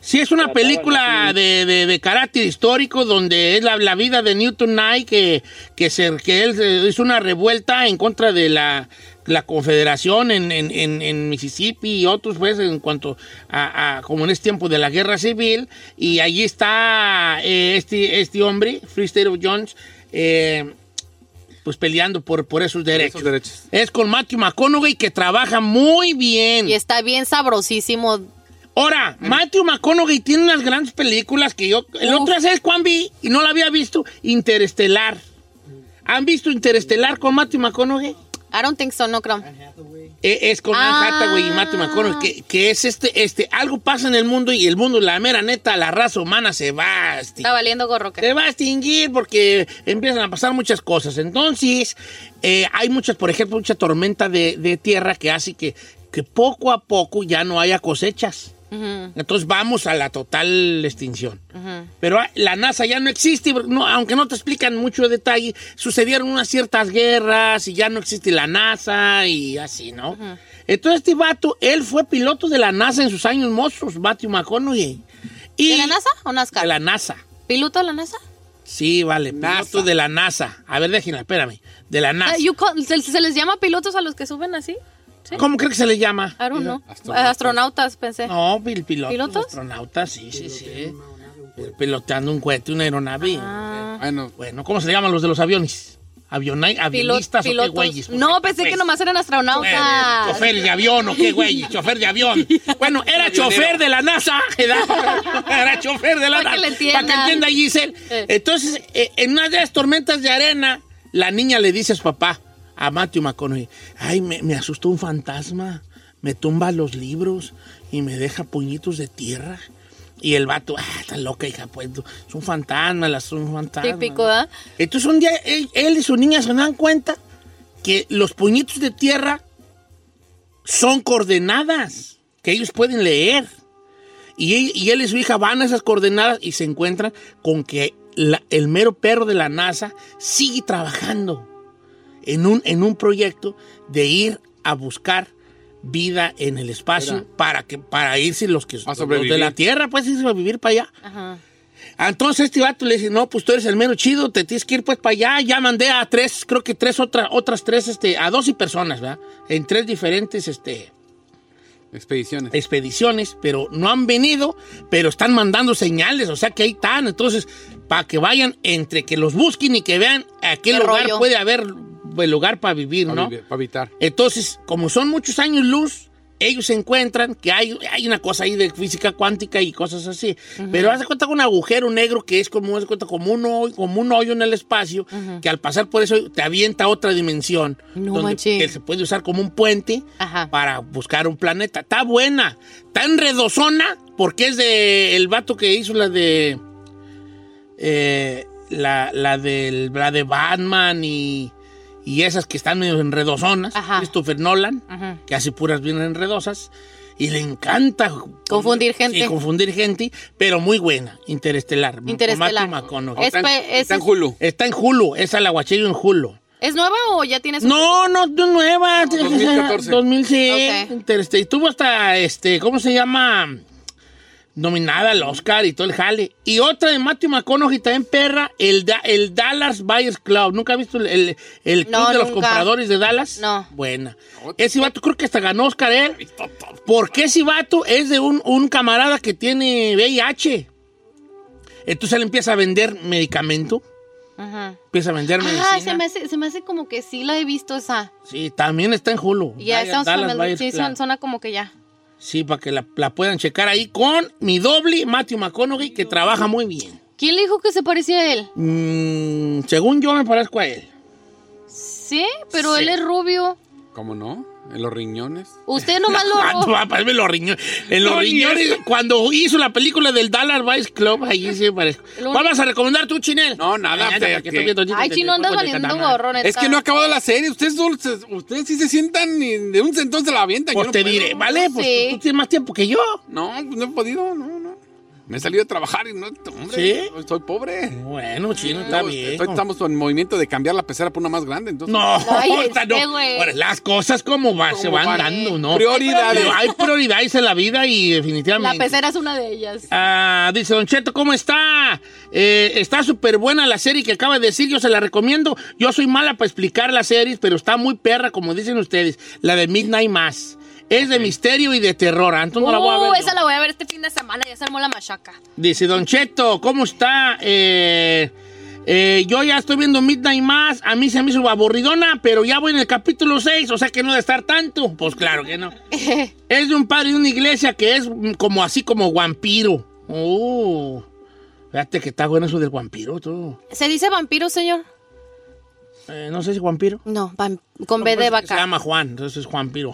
[SPEAKER 1] Sí, es una
[SPEAKER 8] Trataban
[SPEAKER 1] película
[SPEAKER 8] así.
[SPEAKER 1] de, de- de carácter histórico donde es la, la vida de Newton Knight que, que, se- que él eh, hizo una revuelta en contra de la, la Confederación en, en- en- en Mississippi y otros, pues, en cuanto a, a- como en este tiempo de la Guerra Civil. Y allí está eh, este, este hombre, Free State of Jones, eh, pues peleando por, por esos derechos.
[SPEAKER 2] Esos derechos.
[SPEAKER 1] Es con Matthew McConaughey que trabaja muy bien.
[SPEAKER 3] Y está bien sabrosísimo.
[SPEAKER 1] Ahora, Matthew McConaughey tiene unas grandes películas que yo. El
[SPEAKER 3] Mm. Uf.
[SPEAKER 1] otro día, ¿sabes cuán vi? Y no la había visto. Interestelar. ¿Han visto Interestelar con Matthew McConaughey?
[SPEAKER 3] I don't think so, no creo.
[SPEAKER 1] Eh, es con Anne
[SPEAKER 3] Ah.
[SPEAKER 1] Hathaway y Matthew McConaughey. Que, que es este, este. Algo pasa en el mundo y el mundo, la mera neta, la raza humana se va a extinguir.
[SPEAKER 3] Está valiendo gorro. que-
[SPEAKER 1] Se va a extinguir porque empiezan a pasar muchas cosas. Entonces, eh, hay muchas, por ejemplo, mucha tormenta de, de tierra que hace que, que poco a poco ya no haya cosechas.
[SPEAKER 3] Ujú,
[SPEAKER 1] Entonces vamos a la total extinción.
[SPEAKER 3] ujú.
[SPEAKER 1] Pero ah, la NASA ya no existe, porque no- aunque no te explican mucho detalle, sucedieron unas ciertas guerras y ya no existe la NASA y así, ¿no? Entonces este vato, él fue piloto de la NASA en sus años mozos, Matthew McConaughey. Y
[SPEAKER 3] ¿De la NASA o NASCAR?
[SPEAKER 1] De la NASA.
[SPEAKER 3] ¿Piloto de la NASA?
[SPEAKER 1] Sí, vale,
[SPEAKER 2] NASA.
[SPEAKER 1] piloto de la NASA. A ver, déjenla, espérame. De la NASA.
[SPEAKER 3] Ah, you call- se, se les llama pilotos a los que suben así? ¿Sí?
[SPEAKER 1] ¿Cómo cree que se le llama?
[SPEAKER 3] I don't know.
[SPEAKER 2] Astronautas.
[SPEAKER 3] Astronautas, pensé.
[SPEAKER 1] No, pil pilotos,
[SPEAKER 3] ¿Pilotos?
[SPEAKER 1] astronautas, sí, sí, sí. Eh, Piloteando un cohete, una aeronave.
[SPEAKER 2] Ah, no.
[SPEAKER 1] Bueno, ¿cómo se le llaman los de los aviones? Aviona-
[SPEAKER 3] Pilo-
[SPEAKER 1] avionistas o qué
[SPEAKER 3] pilotos.
[SPEAKER 1] güeyes. Pues,
[SPEAKER 3] No, pensé que nomás eran
[SPEAKER 1] Chofer,
[SPEAKER 3] astronautas.
[SPEAKER 1] chofer de avión o qué güey, chofer de avión. Bueno, era chofer de la NASA. Era, era chofer de la
[SPEAKER 3] Para que le
[SPEAKER 1] NASA.
[SPEAKER 3] entiendan.
[SPEAKER 1] Para que entienda Giselle.
[SPEAKER 3] Eh.
[SPEAKER 1] Entonces, eh, en una de las tormentas de arena, la niña le dice a su papá, a Matthew McConaughey, ay, me, me asustó un fantasma, me tumba los libros y me deja puñitos de tierra. Y el vato, ah, está loca, hija, pues, es un fantasma, las- es un fantasma.
[SPEAKER 3] Típico, ¿ah?
[SPEAKER 1] Entonces un día él, él y su niña se dan cuenta que los puñitos de tierra son coordenadas que ellos pueden leer. Y, él- y él y su hija van a esas coordenadas y se encuentran con que la- el mero perro de la NASA sigue trabajando en un, en un proyecto de ir a buscar vida en el espacio para, que, para irse los que
[SPEAKER 2] A
[SPEAKER 1] los de la
[SPEAKER 2] sobrevivir.
[SPEAKER 1] Tierra, pues irse a vivir para allá.
[SPEAKER 3] Ajá.
[SPEAKER 1] Entonces este vato le dice, no, pues tú eres el mero chido, te tienes que ir pues para allá. Ya mandé a tres, creo que tres, otra, otras tres, este, a 12 personas, ¿verdad? En tres diferentes, este...
[SPEAKER 2] Expediciones.
[SPEAKER 1] Expediciones, pero no han venido, pero están mandando señales, o sea que ahí están. Entonces, para que vayan entre que los busquen y que vean a qué,
[SPEAKER 3] Qué
[SPEAKER 1] lugar
[SPEAKER 3] rollo.
[SPEAKER 1] puede haber el lugar para vivir,
[SPEAKER 2] Para
[SPEAKER 1] ¿no?
[SPEAKER 2] vivi- para habitar.
[SPEAKER 1] Entonces, como son muchos años luz, ellos encuentran que hay, hay una cosa ahí de física cuántica y cosas así. Pero hace cuenta con un agujero negro que es como, haz de cuenta, como, un hoyo, como un hoyo en el espacio, que al pasar por eso te avienta a otra dimensión.
[SPEAKER 3] No
[SPEAKER 1] donde
[SPEAKER 3] manches.
[SPEAKER 1] que se puede usar como un puente
[SPEAKER 3] Ajá.
[SPEAKER 1] para buscar un planeta. Está buena, está enredozona, porque es de el vato que hizo la de. eh, la, la, del, la de Batman y, y esas que están medio enredozonas.
[SPEAKER 3] Ajá.
[SPEAKER 1] Christopher Nolan,
[SPEAKER 3] Ajá.
[SPEAKER 1] que hace puras bien enredosas. Y le encanta
[SPEAKER 3] Confundir gente.
[SPEAKER 1] Sí, confundir gente, pero muy buena. Interestelar. con
[SPEAKER 3] Interestelar.
[SPEAKER 1] Matthew McConaughey.
[SPEAKER 3] Es, pe- es-
[SPEAKER 2] Oh, Está en Hulu.
[SPEAKER 1] Está en Hulu, esa la guachillo en Hulu.
[SPEAKER 3] ¿es nueva o ya tienes un-
[SPEAKER 1] No, no, no nueva.
[SPEAKER 2] 2014.
[SPEAKER 1] 2006.
[SPEAKER 3] Ok.
[SPEAKER 1] Intereste- Y tuvo este, hasta, este, ¿cómo se llama? Nominada al Oscar y todo el jale. Y otra de Matthew McConaughey también, perra, el, Da- el Dallas Buyers Club. ¿Nunca has visto el, el, el club
[SPEAKER 3] No,
[SPEAKER 1] de los
[SPEAKER 3] nunca.
[SPEAKER 1] compradores de Dallas?
[SPEAKER 3] No.
[SPEAKER 1] Buena. Ese vato creo que hasta ganó Oscar él. Porque ese vato es de un, un camarada que tiene VIH. Entonces él empieza a vender medicamento.
[SPEAKER 3] Ajá.
[SPEAKER 1] Empieza a vender medicina.
[SPEAKER 3] Ah, se me, hace, se me hace como que sí la he visto esa.
[SPEAKER 1] Sí, también está en Hulu.
[SPEAKER 3] Ya,
[SPEAKER 1] Vaya,
[SPEAKER 3] sounds
[SPEAKER 1] Dallas
[SPEAKER 3] familiar.
[SPEAKER 1] Buyers
[SPEAKER 3] Sí,
[SPEAKER 1] Club.
[SPEAKER 3] son- suena como que ya.
[SPEAKER 1] Sí, para que la, la puedan checar ahí con mi doble, Matthew McConaughey, que trabaja muy bien.
[SPEAKER 3] ¿Quién le dijo que se parecía a él?
[SPEAKER 1] Mm, según yo me parezco a él.
[SPEAKER 3] Sí, pero
[SPEAKER 1] Sí.
[SPEAKER 3] él es rubio.
[SPEAKER 2] ¿Cómo no? En los riñones.
[SPEAKER 3] Usted nomás
[SPEAKER 1] Ah,
[SPEAKER 3] lo...
[SPEAKER 1] va, parece los riñones. En los
[SPEAKER 2] No, ni
[SPEAKER 1] riñones,
[SPEAKER 2] eso.
[SPEAKER 1] cuando hizo la película del Dallas Vice Club, ahí sí me parezco.
[SPEAKER 3] Lo-
[SPEAKER 1] ¿Cuál vas a recomendar tú, Chinel?
[SPEAKER 2] No, nada,
[SPEAKER 1] Ay,
[SPEAKER 2] pero
[SPEAKER 1] porque
[SPEAKER 2] que-
[SPEAKER 1] estoy viendo ahorita
[SPEAKER 3] Ay,
[SPEAKER 1] que
[SPEAKER 3] chino,
[SPEAKER 1] te-
[SPEAKER 3] andas
[SPEAKER 1] de
[SPEAKER 3] valiendo
[SPEAKER 1] catamar.
[SPEAKER 3] gorro, neta.
[SPEAKER 2] Es que no ha acabado la serie. Ustedes, son- se- ustedes sí se sientan y de un sentón se la avientan.
[SPEAKER 1] Pues
[SPEAKER 2] Yo no
[SPEAKER 1] te
[SPEAKER 2] puedo.
[SPEAKER 1] diré, vale, pues
[SPEAKER 3] Sí.
[SPEAKER 1] tú tienes más tiempo que yo.
[SPEAKER 2] No, pues no he podido, no, no. Me he salido a trabajar y no, hombre,
[SPEAKER 1] ¿Sí?
[SPEAKER 2] estoy pobre.
[SPEAKER 1] Bueno, chino, está
[SPEAKER 2] Estamos-
[SPEAKER 1] bien.
[SPEAKER 2] estoy- estamos en movimiento de cambiar la pecera por una más grande, entonces.
[SPEAKER 1] No,
[SPEAKER 3] Ay,
[SPEAKER 1] ahorita
[SPEAKER 3] este,
[SPEAKER 1] no.
[SPEAKER 3] güey.
[SPEAKER 1] Ahora, las cosas como van, se
[SPEAKER 2] ¿Cómo
[SPEAKER 1] van,
[SPEAKER 2] van?
[SPEAKER 1] dando, ¿no?
[SPEAKER 2] Prioridades.
[SPEAKER 1] Pero hay prioridades en la vida y
[SPEAKER 3] La
[SPEAKER 1] definitivamente.
[SPEAKER 3] pecera es una de ellas.
[SPEAKER 1] Ah, dice Don Cheto, ¿cómo está? Eh, está súper buena la serie que acaba de decir, yo se la recomiendo. Yo soy mala para explicar las series, pero está muy perra, como dicen ustedes. La de Midnight Mass. Es de misterio y de terror. Ah, Entonces no la voy a ver. yo.
[SPEAKER 3] Uh, esa la voy a ver este fin de semana, ya se armó la machaca.
[SPEAKER 1] Dice Don Cheto, ¿cómo está? Eh, eh, yo ya estoy viendo Midnight más. A mí se me hizo aburridona, pero ya voy en el capítulo 6, o sea que no debe estar tanto. Pues claro que no. es de un padre de una iglesia que es mm, como así como vampiro. Oh, fíjate que está bueno eso del vampiro, tú.
[SPEAKER 3] ¿Se dice vampiro, señor?
[SPEAKER 1] Eh, no sé si vampiro.
[SPEAKER 3] No, vam- con B de
[SPEAKER 1] pues, Se
[SPEAKER 3] vaca.
[SPEAKER 1] llama Juan, entonces es Juan Piro.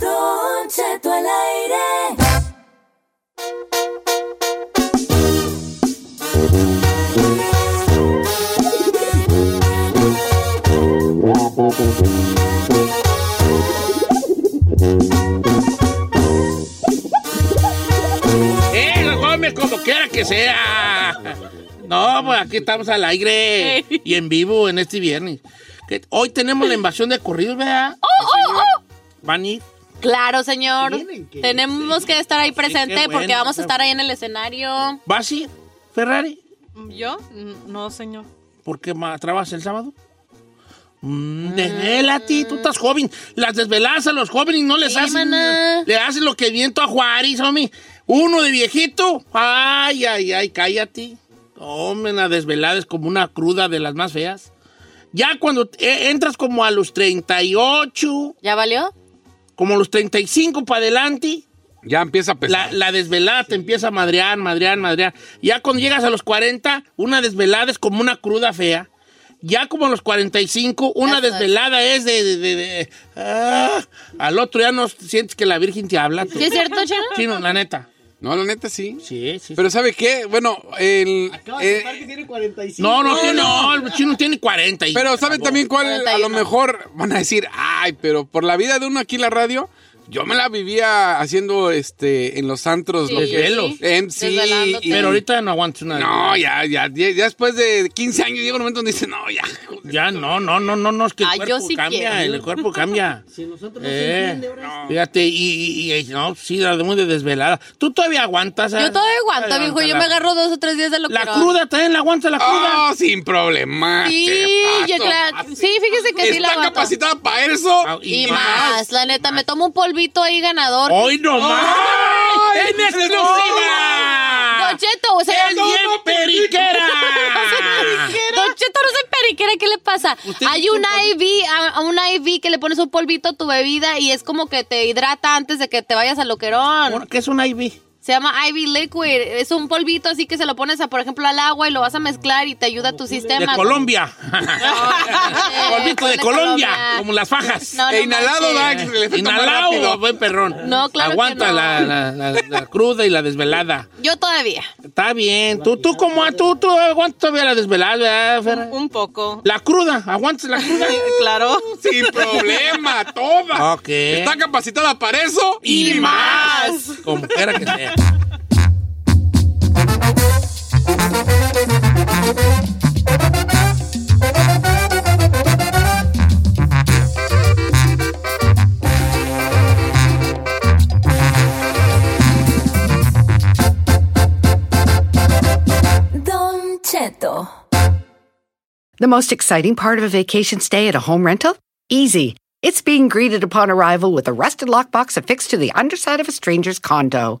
[SPEAKER 4] Don Cheto al aire.
[SPEAKER 1] ¡Eh, come como quiera que sea! No, pues aquí estamos al aire y en vivo en este viernes. Que Hoy tenemos la invasión de corridos, ¿verdad? Van a ir.
[SPEAKER 3] Claro, señor.
[SPEAKER 1] Tienen que-
[SPEAKER 3] Tenemos que estar ahí presente
[SPEAKER 1] Pues qué bueno,
[SPEAKER 3] porque vamos
[SPEAKER 1] qué
[SPEAKER 3] a estar ahí en el escenario.
[SPEAKER 1] ¿Vas a ir, Ferrari?
[SPEAKER 9] ¿Yo? No, señor.
[SPEAKER 1] ¿Por qué ma- trabajas el sábado? Mm, desvélate, tú estás joven. Las desveladas a los jóvenes no les
[SPEAKER 3] Sí,
[SPEAKER 1] hacen.
[SPEAKER 3] maná.
[SPEAKER 1] Le hacen lo que viento a Juárez, homie. Uno de viejito. Ay, ay, ay, cállate. Hombre, la desvelada es como una cruda de las más feas. Ya cuando eh, entras como a los 38,
[SPEAKER 3] ¿Ya valió?
[SPEAKER 1] como a los 35 para adelante,
[SPEAKER 2] Ya empieza a
[SPEAKER 1] la,
[SPEAKER 2] pesar.
[SPEAKER 1] la desvelada te empieza a madrear, madrear, madrear. Ya cuando llegas a los 40, una desvelada es como una cruda fea. Ya como a los 45, una
[SPEAKER 3] Eso es.
[SPEAKER 1] desvelada es de... de- de- de- ah. al otro ya no sientes que la Virgen te habla. tú.
[SPEAKER 3] ¿Sí es cierto, Chino?
[SPEAKER 1] Chino, la neta.
[SPEAKER 2] No, la neta sí.
[SPEAKER 1] Sí, sí.
[SPEAKER 2] Pero ¿sabe qué? Bueno, el... eh,
[SPEAKER 1] no, no, no, no, el chino tiene 40. y-
[SPEAKER 2] pero ¿sabe también cuál? A lo
[SPEAKER 3] 41.
[SPEAKER 2] mejor van a decir, ay, pero por la vida de uno aquí en la radio, Yo me la vivía haciendo este en los antros,
[SPEAKER 1] Sí,
[SPEAKER 2] lo que
[SPEAKER 1] sí.
[SPEAKER 2] MC.
[SPEAKER 1] Desvelándote. Pero ahorita no aguanto nada.
[SPEAKER 2] No, ya, ya, ya, ya después de 15 años llega un momento donde dice, no, ya.
[SPEAKER 1] Ya, no, no, no, no, no, es que el
[SPEAKER 2] Ah, yo
[SPEAKER 1] cuerpo
[SPEAKER 2] sí
[SPEAKER 1] cambia,
[SPEAKER 2] quiero.
[SPEAKER 1] el cuerpo cambia.
[SPEAKER 10] Si nosotros
[SPEAKER 1] Eh, Fíjate, y, y- y- no, sí, la muy de desvelada. Tú todavía aguantas.
[SPEAKER 3] Yo todavía aguanto,
[SPEAKER 1] Aguántala.
[SPEAKER 3] viejo. Yo me agarro Ah, dos o tres días de lo
[SPEAKER 1] La cruda también la aguanta la cruda.
[SPEAKER 2] Oh, sin problema.
[SPEAKER 3] Sí, yo la- sí, fíjese que sí la
[SPEAKER 2] Está
[SPEAKER 3] aguanto.
[SPEAKER 2] capacitada para eso.
[SPEAKER 1] Ah,
[SPEAKER 3] Y, más, la neta, me tomo un polvito ahí ganador.
[SPEAKER 2] Hoy no más.
[SPEAKER 1] ¡Ay, ¡En exclusiva!
[SPEAKER 3] Don Cheto, o sea,
[SPEAKER 1] ¡Es bien periquera!
[SPEAKER 3] Don Cheto, no soy periquera, ¿qué le pasa? Hay un IV, a, a un IV que le pones un polvito a tu bebida y es como que te hidrata antes de que te vayas al loquerón.
[SPEAKER 1] ¿Qué es un IV?
[SPEAKER 3] Se llama IV Liquid. Es un polvito así que se lo pones, a, por ejemplo, al agua y lo vas a mezclar y te ayuda a tu
[SPEAKER 1] De
[SPEAKER 3] sistema.
[SPEAKER 1] Colombia. Polvito de
[SPEAKER 3] de
[SPEAKER 1] Colombia.
[SPEAKER 3] Colombia.
[SPEAKER 1] Como las fajas.
[SPEAKER 3] No, no E inhalado, manches. da, le afecta más
[SPEAKER 1] Inhalado,
[SPEAKER 3] rápido.
[SPEAKER 1] buen perrón.
[SPEAKER 3] No, claro que
[SPEAKER 1] Aguanta
[SPEAKER 3] no.
[SPEAKER 1] La, la- la- la cruda y la desvelada.
[SPEAKER 3] Yo todavía.
[SPEAKER 1] Está bien. ¿Tú, tú cómo? ah, ¿Tú, tú aguantas todavía la desvelada, ¿verdad, Ferra?
[SPEAKER 9] Un, un poco.
[SPEAKER 1] La cruda. ¿Aguantas la cruda?
[SPEAKER 9] claro.
[SPEAKER 2] Sin problema, toma.
[SPEAKER 1] Ok.
[SPEAKER 2] Está capacitada para eso y, más.
[SPEAKER 1] Como quiera que sea.
[SPEAKER 4] Don Cheto.
[SPEAKER 11] The most exciting part of a vacation stay at a home rental? Easy. It's being greeted upon arrival with a rusted lockbox affixed to the underside of a stranger's condo.